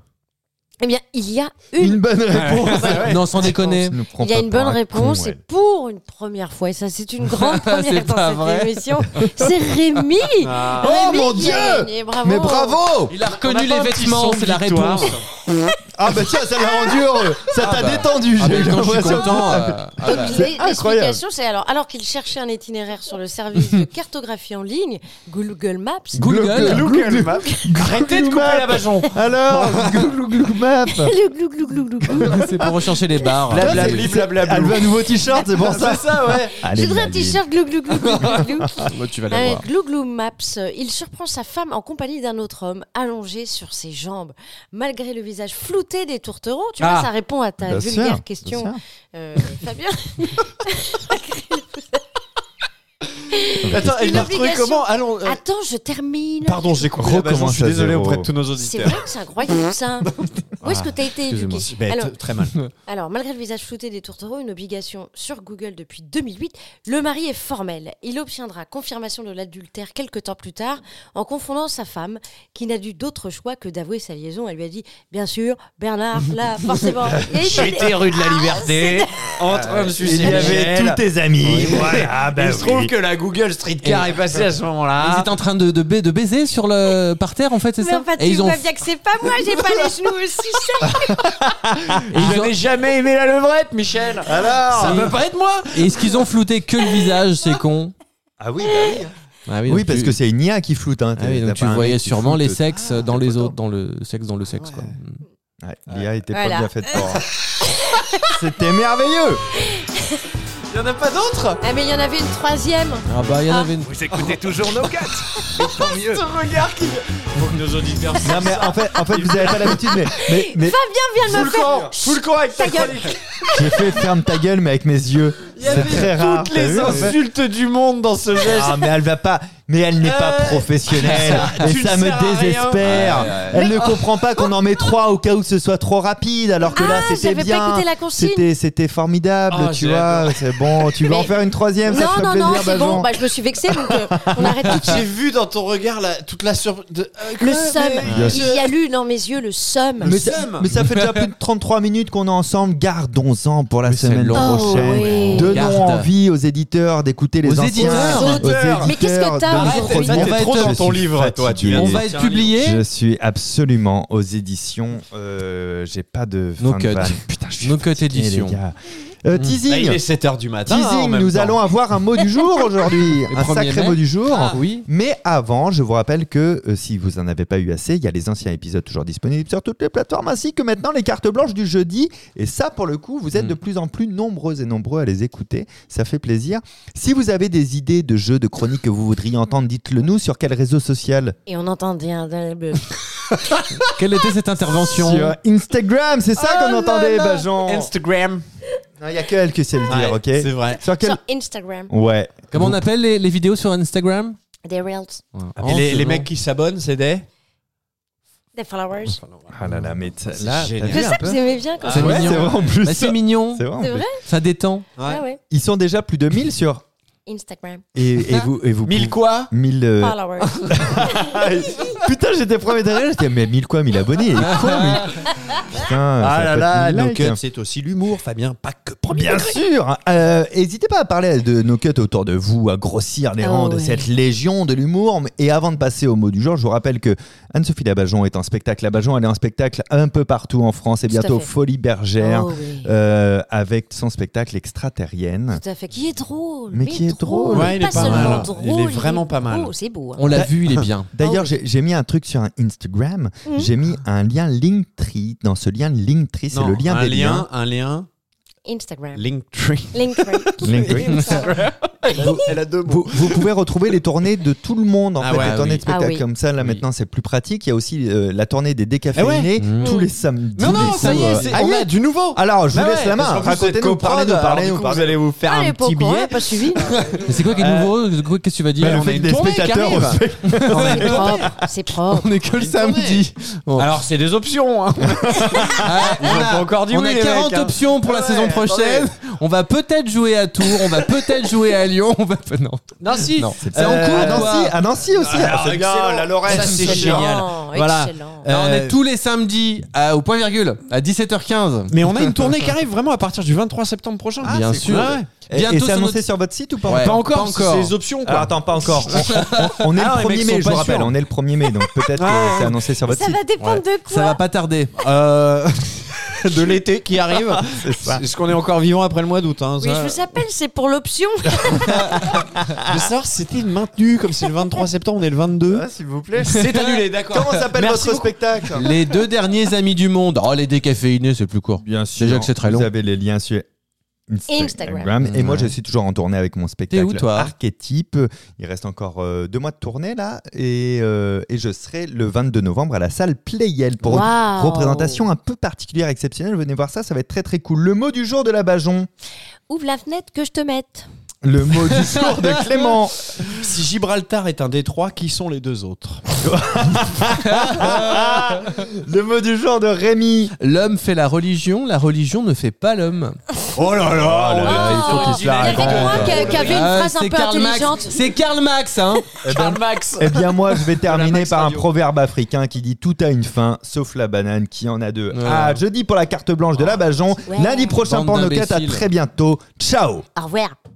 Speaker 3: Eh bien, il y a une,
Speaker 2: Une bonne réponse.
Speaker 5: Non, sans déconner.
Speaker 2: Nous prends
Speaker 3: il y a
Speaker 2: pas
Speaker 3: une
Speaker 2: pour
Speaker 3: bonne
Speaker 2: un con,
Speaker 3: réponse.
Speaker 2: ouais.
Speaker 3: Et pour une première fois, et ça, c'est une grande première
Speaker 5: C'est
Speaker 3: dans
Speaker 5: pas
Speaker 3: cette
Speaker 5: vrai.
Speaker 3: émission, c'est Rémi.
Speaker 2: Oh
Speaker 3: Rémi
Speaker 2: mon
Speaker 3: qui
Speaker 2: dieu
Speaker 3: a gagné, bravo.
Speaker 2: Mais bravo
Speaker 5: Il a reconnu les vêtements, c'est la réponse.
Speaker 2: Ah bah tiens, ça l'a rendu heureux. Ça t'a
Speaker 5: bah.
Speaker 2: détendu.
Speaker 5: Ah,
Speaker 2: j'ai
Speaker 5: mais
Speaker 2: eu
Speaker 5: quand je suis
Speaker 2: l'impression.
Speaker 5: content. euh, ah bah.
Speaker 3: Donc,
Speaker 2: c'est
Speaker 3: l'e-
Speaker 2: incroyable.
Speaker 3: L'explication, c'est alors, alors qu'il cherchait un itinéraire sur le service de cartographie en ligne, Google Maps,
Speaker 5: Google.
Speaker 2: Google Maps.
Speaker 4: Arrêtez de couper la bajon.
Speaker 2: Alors, Google Maps.
Speaker 3: le glou glou glou glou glou.
Speaker 5: C'est pour rechercher les bars.
Speaker 2: Là,
Speaker 4: Blablabli,
Speaker 2: c'est- c'est-
Speaker 4: blablabla.
Speaker 2: Elle veut un nouveau t-shirt, c'est pour ça.
Speaker 4: C'est ça, ouais.
Speaker 2: Allez,
Speaker 3: Je voudrais un
Speaker 2: allez.
Speaker 3: t-shirt glou glou glou glou glou glou.
Speaker 5: Moi, tu vas
Speaker 3: Avec Glouglou Maps, euh, il surprend sa femme en compagnie d'un autre homme, allongé sur ses jambes. Malgré le visage flouté des tourtereaux, tu vois,
Speaker 5: Ah.
Speaker 3: ça répond à ta
Speaker 2: Bien sûr,
Speaker 3: vulgaire
Speaker 2: bien
Speaker 3: question,
Speaker 2: sûr.
Speaker 3: euh, Fabien.
Speaker 4: Attends, elle
Speaker 3: Une
Speaker 4: l'a retrouvé
Speaker 3: obligation.
Speaker 4: comment Allons. euh,
Speaker 3: Attends, je termine.
Speaker 4: Pardon, j'ai coupé la bajon.
Speaker 2: Recommence
Speaker 4: Je suis
Speaker 2: à
Speaker 4: désolé
Speaker 2: zéro.
Speaker 4: auprès de tous nos
Speaker 3: C'est
Speaker 4: auditeurs.
Speaker 3: vrai que c'est incroyable ça. Où est-ce que t'as été éduqué
Speaker 5: excusez-moi.
Speaker 4: Ben,
Speaker 3: Alors-
Speaker 4: t- Très mal.
Speaker 3: Alors, malgré le visage flouté des tourtereaux, une obligation sur Google depuis 2008, le mari est formel. Il obtiendra confirmation de l'adultère quelques temps plus tard en confondant sa femme, qui n'a dû d'autre choix que d'avouer sa liaison. Elle lui a dit Bien sûr, Bernard, là, forcément. Il y a eu-
Speaker 4: J'étais rue de la Liberté, en train de sucer
Speaker 2: Il y avait tous tes amis. Voilà, bah
Speaker 4: Il se trouve
Speaker 2: oui.
Speaker 4: que la Google Streetcar est passée à ce
Speaker 5: Ils
Speaker 4: moment-là.
Speaker 5: étaient en train de, de, ba- de baiser sur le par terre en fait, c'est
Speaker 3: Mais
Speaker 5: ça
Speaker 3: enfin,
Speaker 5: Et
Speaker 3: tu
Speaker 5: ils ont
Speaker 3: vois bien que c'est pas moi, j'ai pas les genoux aussi.
Speaker 4: Je n'ai jamais aimé la levrette, Michel. Alors, ça
Speaker 5: Et-
Speaker 4: peut pas être moi.
Speaker 5: et est-ce qu'ils ont flouté que le visage, c'est con
Speaker 2: Ah oui, bah oui.
Speaker 5: Ah
Speaker 2: Oui,
Speaker 5: donc
Speaker 2: parce
Speaker 5: tu-
Speaker 2: que c'est une IA qui floute. Hein.
Speaker 5: Ah oui,
Speaker 2: T'as
Speaker 5: donc
Speaker 2: pas
Speaker 5: tu
Speaker 2: un mec
Speaker 5: voyais
Speaker 2: qui
Speaker 5: sûrement
Speaker 2: floute.
Speaker 5: les sexes
Speaker 2: Ah,
Speaker 5: dans les
Speaker 2: t'es
Speaker 5: autres, dans le sexe dans le sexe quoi.
Speaker 2: content. Ouais, L'IA était pas
Speaker 3: Voilà.
Speaker 2: bien faite pour. hein. C'était merveilleux.
Speaker 4: Il y en a pas d'autres.
Speaker 3: Ah, mais il y en avait une troisième.
Speaker 5: Ah bah il y en avait une.
Speaker 1: Vous écoutez toujours No Cut Et tant mieux
Speaker 4: Ce regard qui. Faut que nos auditeurs.
Speaker 2: Non mais en fait, en fait, vous avez pas l'habitude, mais, mais, mais
Speaker 3: Fabien vient de me
Speaker 4: Fous le
Speaker 3: faire.
Speaker 4: camp, fous le camp avec ta
Speaker 3: Ta gueule.
Speaker 4: chronique.
Speaker 2: j'ai fait ferme ta gueule, mais avec mes yeux.
Speaker 4: Il y
Speaker 2: C'est
Speaker 4: avait
Speaker 2: très rare.
Speaker 4: toutes
Speaker 2: t'as
Speaker 4: les
Speaker 2: vu, en fait
Speaker 4: insultes du monde dans ce geste.
Speaker 2: Ah mais elle va pas, mais elle n'est pas
Speaker 4: Euh,
Speaker 2: professionnelle
Speaker 4: ça-
Speaker 2: et
Speaker 4: tu
Speaker 2: ça
Speaker 4: ne
Speaker 2: me
Speaker 4: sers à rien.
Speaker 2: désespère. Elle ne comprend pas qu'on en met trois au cas où ce soit trop rapide, alors que là
Speaker 3: Ah,
Speaker 2: c'était
Speaker 3: j'avais
Speaker 2: bien.
Speaker 3: pas écouté la consigne.
Speaker 2: C'était c'était formidable,
Speaker 4: Ah,
Speaker 2: tu
Speaker 4: j'ai
Speaker 2: vois. C'est bon, tu vas
Speaker 3: Mais-
Speaker 2: en faire une troisième, ça te
Speaker 3: Non,
Speaker 2: ferait
Speaker 3: non,
Speaker 2: plaisir,
Speaker 3: non, c'est
Speaker 2: Bajon.
Speaker 3: bon. Bah, je me suis vexée, donc euh, on arrête tout de suite.
Speaker 4: J'ai vu dans ton regard la- toute la surprise.
Speaker 3: Le seum.
Speaker 2: Bien
Speaker 3: Il y a lu dans mes yeux le seum.
Speaker 2: mais, ça,
Speaker 4: seum.
Speaker 2: mais ça fait déjà plus de 33 minutes qu'on est ensemble. Gardons-en pour la
Speaker 5: Mais c'est
Speaker 2: semaine
Speaker 5: long.
Speaker 3: Oh,
Speaker 2: prochaine.
Speaker 3: oui.
Speaker 2: Donnons
Speaker 5: Garde.
Speaker 2: envie aux éditeurs d'écouter les
Speaker 5: Aux
Speaker 2: anciens.
Speaker 5: éditeurs.
Speaker 2: aux
Speaker 4: Auteurs.
Speaker 3: Mais qu'est-ce que t'as
Speaker 2: de
Speaker 3: Arrête,
Speaker 2: notre
Speaker 4: ça,
Speaker 2: monde.
Speaker 4: t'es trop
Speaker 2: Je
Speaker 4: dans ton
Speaker 2: suis
Speaker 4: livre, toi, tu
Speaker 2: fatigué.
Speaker 4: viens
Speaker 5: On
Speaker 4: de-
Speaker 5: va
Speaker 4: C'est
Speaker 5: être
Speaker 4: un
Speaker 5: publié.
Speaker 2: Je suis absolument aux éditions. euh, J'ai pas de fin
Speaker 5: No
Speaker 2: de
Speaker 5: cut.
Speaker 2: vanne. Putain, je suis
Speaker 5: No
Speaker 2: fatigué,
Speaker 5: cut édition.
Speaker 2: les gars. Euh,
Speaker 4: Là, Bah, il
Speaker 2: teasing.
Speaker 4: est 7h du matin. hein, en
Speaker 2: Teasing.
Speaker 4: même
Speaker 2: Nous
Speaker 4: temps.
Speaker 2: allons avoir un mot du jour aujourd'hui.
Speaker 5: Le
Speaker 2: un
Speaker 5: 1er
Speaker 2: sacré
Speaker 5: mai.
Speaker 2: mot du jour.
Speaker 5: Ah, oui.
Speaker 2: Mais avant, je vous rappelle que euh, si vous en avez pas eu assez, il y a les anciens épisodes toujours disponibles sur toutes les plateformes, ainsi que maintenant les cartes blanches du jeudi. Et ça, pour le coup, vous êtes
Speaker 5: Mm.
Speaker 2: de plus en plus nombreux et nombreux à les écouter. Ça fait plaisir. Si vous avez des idées de jeux, de chroniques que vous voudriez entendre, dites-le nous sur quel réseau social
Speaker 3: Et on entend bien.
Speaker 5: Quelle était cette intervention
Speaker 2: Sur Instagram, c'est ça
Speaker 4: Oh
Speaker 2: qu'on
Speaker 5: Ah
Speaker 4: là
Speaker 2: entendait,
Speaker 4: là.
Speaker 2: Bajon.
Speaker 4: Instagram.
Speaker 2: Non, il y a que elle qui sait le dire,
Speaker 4: Ouais,
Speaker 2: ok
Speaker 4: C'est vrai.
Speaker 2: Sur quel.
Speaker 3: Sur Instagram,
Speaker 2: Ouais.
Speaker 5: Comment on appelle les, les vidéos sur Instagram Ah,
Speaker 3: des Reels,
Speaker 4: Et Ah, les, les mecs qui s'abonnent, c'est des.
Speaker 3: des Followers.
Speaker 2: Ah là là, mais ça-
Speaker 4: C'est
Speaker 2: là,
Speaker 4: génial.
Speaker 2: t'as
Speaker 3: C'est
Speaker 2: vu un
Speaker 3: ça que
Speaker 2: peu Ah,
Speaker 3: vous aimez bien quand
Speaker 2: C'est
Speaker 5: C'est
Speaker 2: vrai,
Speaker 5: mignon.
Speaker 2: c'est vrai en plus.
Speaker 5: Bah, c'est mignon,
Speaker 2: C'est vrai. en
Speaker 3: C'est
Speaker 2: plus.
Speaker 3: vrai
Speaker 5: ça détend.
Speaker 3: Ah ouais,
Speaker 2: Ils sont déjà plus de 1000 sur.
Speaker 3: Instagram,
Speaker 4: Ah.
Speaker 2: Et, et vous, et vous. pouvez-
Speaker 4: Mille quoi
Speaker 2: 1000. euh,
Speaker 3: Followers.
Speaker 2: Putain, j'étais premier derrière. J'étais, mais 1000 quoi 1000 abonnés. il est con, lui. Putain. Ah,
Speaker 5: Ah
Speaker 2: ça
Speaker 4: Ah
Speaker 2: peut être mille
Speaker 4: No
Speaker 2: likes.
Speaker 4: Cut, c'est aussi l'humour, Fabien, pas que premier.
Speaker 2: Bien sûr N'hésitez pas à parler de nos cuts autour de vous, à grossir les
Speaker 3: Ah
Speaker 2: rangs de
Speaker 3: ouais.
Speaker 2: cette légion de l'humour. Mais- Et avant de passer au mot du jour, je vous rappelle que Anne-Sophie Labajon est en spectacle. Labajon, elle est en spectacle un peu partout en France et
Speaker 3: Tout à
Speaker 2: bientôt
Speaker 3: fait.
Speaker 2: Folie Bergère
Speaker 3: Oh oui.
Speaker 2: euh, avec son spectacle Extraterrienne.
Speaker 3: Tout à fait, qui est drôle.
Speaker 2: Mais qui est drôle.
Speaker 4: Ouais, il est
Speaker 3: pas,
Speaker 4: pas
Speaker 3: seulement
Speaker 4: mal. hein.
Speaker 3: drôle.
Speaker 4: Il est vraiment pas mal.
Speaker 3: beau, C'est beau. hein.
Speaker 5: On
Speaker 4: Bah.
Speaker 5: l'a vu, il est bien.
Speaker 2: D'ailleurs,
Speaker 3: Oh
Speaker 2: j'ai- j'ai mis un truc sur un Instagram.
Speaker 3: Mhm.
Speaker 2: J'ai mis un lien Linktree. Dans ce lien Linktree, c'est
Speaker 4: Non,
Speaker 2: le lien
Speaker 4: un
Speaker 2: des
Speaker 4: lien,
Speaker 2: liens.
Speaker 4: un lien,
Speaker 3: Instagram.
Speaker 4: Linktree.
Speaker 3: Linktree.
Speaker 2: Linktree.
Speaker 4: Elle a deux
Speaker 2: vous, vous pouvez retrouver les tournées de tout le monde en
Speaker 4: Ah
Speaker 2: fait,
Speaker 4: ouais,
Speaker 2: les tournées
Speaker 4: oui.
Speaker 2: de spectacle
Speaker 3: Ah oui.
Speaker 2: comme ça là
Speaker 4: Oui. Eh
Speaker 2: maintenant c'est plus pratique il y a aussi euh, la tournée des décaféinés
Speaker 5: Ah ouais.
Speaker 2: tous
Speaker 5: Mmh.
Speaker 2: les samedis
Speaker 4: Non, non,
Speaker 2: Les
Speaker 4: ça y est,
Speaker 2: samedis.
Speaker 4: c'est-
Speaker 2: Ah
Speaker 4: on
Speaker 2: ouais.
Speaker 4: a du nouveau.
Speaker 2: alors je vous
Speaker 4: Bah
Speaker 2: laisse
Speaker 4: ouais,
Speaker 2: la main
Speaker 4: parce qu'en plus, vous êtes
Speaker 2: racontez-nous
Speaker 4: coprades,
Speaker 2: parlez-nous
Speaker 4: alors,
Speaker 2: parlez-nous
Speaker 4: du coup,
Speaker 2: parlez-nous.
Speaker 4: Vous allez vous faire
Speaker 3: Ah,
Speaker 4: un
Speaker 3: les
Speaker 4: petit
Speaker 3: pauvres, on
Speaker 4: billet.
Speaker 3: a pas suivi. non.
Speaker 5: Mais c'est quoi
Speaker 4: Euh,
Speaker 5: qui est nouveau C'est quoi- Qu'est-ce que tu vas dire
Speaker 2: Bah, le
Speaker 5: On
Speaker 2: fait
Speaker 5: a
Speaker 2: que
Speaker 5: une
Speaker 2: des
Speaker 5: tournée qui
Speaker 2: spectateurs
Speaker 5: arrive.
Speaker 2: au spect-
Speaker 3: C'est propre. C'est propre.
Speaker 5: On est que le
Speaker 4: Une tournée.
Speaker 5: samedi. Bon.
Speaker 4: Alors, c'est des options. hein.
Speaker 5: Ah,
Speaker 4: Ils ont pas encore dit
Speaker 5: on
Speaker 4: oui,
Speaker 5: a
Speaker 4: les
Speaker 5: 40
Speaker 4: mecs, hein.
Speaker 5: options pour la
Speaker 4: Ouais,
Speaker 5: saison prochaine. On va peut-être jouer à Tours, on va peut-être jouer à Lyon, on va peut- non.
Speaker 4: Non, si.
Speaker 5: Non.
Speaker 4: C'est
Speaker 5: C'est en
Speaker 2: Euh,
Speaker 5: cours,
Speaker 2: à
Speaker 5: quoi.
Speaker 2: Nancy à Nancy aussi Ah, c'est bien, la Lorraine
Speaker 4: Ça, c'est
Speaker 3: Excellent,
Speaker 4: génial. Voilà.
Speaker 3: Excellent.
Speaker 5: Là, on
Speaker 4: Euh,
Speaker 5: est tous les samedis à- au point virgule à 17h15.
Speaker 4: Mais on a une tournée qui arrive vraiment à partir du 23 septembre prochain.
Speaker 5: Ah, Bien c'est sûr. cool.
Speaker 4: Ouais.
Speaker 2: Et-
Speaker 5: Bientôt
Speaker 2: et
Speaker 5: sur
Speaker 2: c'est annoncé
Speaker 5: notre-
Speaker 2: sur votre site ou pas
Speaker 5: Ouais.
Speaker 4: Pas
Speaker 2: encore Ah,
Speaker 5: Pas
Speaker 4: encore, c'est
Speaker 5: encore.
Speaker 4: c'est les options
Speaker 2: alors
Speaker 4: quoi.
Speaker 2: attends pas encore on, on- on est
Speaker 4: Ah,
Speaker 2: le
Speaker 4: les
Speaker 2: 1er
Speaker 4: mecs
Speaker 2: mai
Speaker 4: sont
Speaker 2: je vous
Speaker 4: pas
Speaker 2: rappelle
Speaker 4: sûrs.
Speaker 2: on est le 1er mai donc peut-être que c'est annoncé sur votre
Speaker 3: Ça
Speaker 2: site
Speaker 3: va dépendre de quoi
Speaker 5: Ça va pas tarder.
Speaker 4: Euh, de l'été qui arrive. Est-ce qu'on est encore vivant après le mois d'août hein,
Speaker 3: Oui,
Speaker 4: ça
Speaker 3: je vous appelle, c'est pour l'option.
Speaker 4: Je veux savoir si c'était maintenu comme c'est le 23 septembre, on est le 22.
Speaker 2: Ah, s'il vous plaît
Speaker 4: C'est annulé, d'accord.
Speaker 2: comment s'appelle
Speaker 4: Merci
Speaker 2: votre
Speaker 4: beaucoup.
Speaker 2: spectacle
Speaker 5: Les deux derniers amis du monde. Oh, les décaféinés, c'est plus court.
Speaker 2: Bien sûr.
Speaker 5: Déjà que c'est très long.
Speaker 2: Vous avez les liens sur Instagram.
Speaker 3: Instagram.
Speaker 2: Et moi,
Speaker 5: Ouais.
Speaker 2: je suis toujours en tournée avec mon spectacle
Speaker 5: T'es où, toi
Speaker 2: Archétype. Il reste encore euh, deux mois de tournée, là. Et, euh, et je serai le 22 novembre à la salle Playel pour une
Speaker 3: Waouh.
Speaker 2: représentation un peu particulière, exceptionnelle. Venez voir ça, ça va être très, très cool. Le mot du jour de la Bajon.
Speaker 3: Ouvre la fenêtre que je te mette.
Speaker 2: Le mot du jour de Clément.
Speaker 4: Si Gibraltar est un détroit, qui sont les deux autres
Speaker 2: Le mot du jour de Rémi.
Speaker 5: L'homme fait la religion, la religion ne fait pas l'homme.
Speaker 7: Oh là là,
Speaker 2: Oh là là,
Speaker 3: il faut qu'il se
Speaker 7: la
Speaker 3: Il y avait que moi qui qui avait une
Speaker 5: Ah,
Speaker 3: phrase un
Speaker 5: c'est
Speaker 3: peu
Speaker 5: Karl Marx.
Speaker 3: intelligente.
Speaker 5: C'est Karl Marx, hein.
Speaker 4: Karl Max
Speaker 2: Eh bien, moi, je vais terminer
Speaker 4: Max
Speaker 2: par un
Speaker 4: Radio.
Speaker 2: proverbe africain qui dit Tout a une fin, sauf la banane qui en a deux. Ah, jeudi pour la carte blanche de la Bajon.
Speaker 3: Ouais.
Speaker 2: Lundi prochain
Speaker 5: Bande
Speaker 2: pour nos quatre. À
Speaker 5: d'imbéciles.
Speaker 2: très bientôt. Ciao
Speaker 3: Au revoir.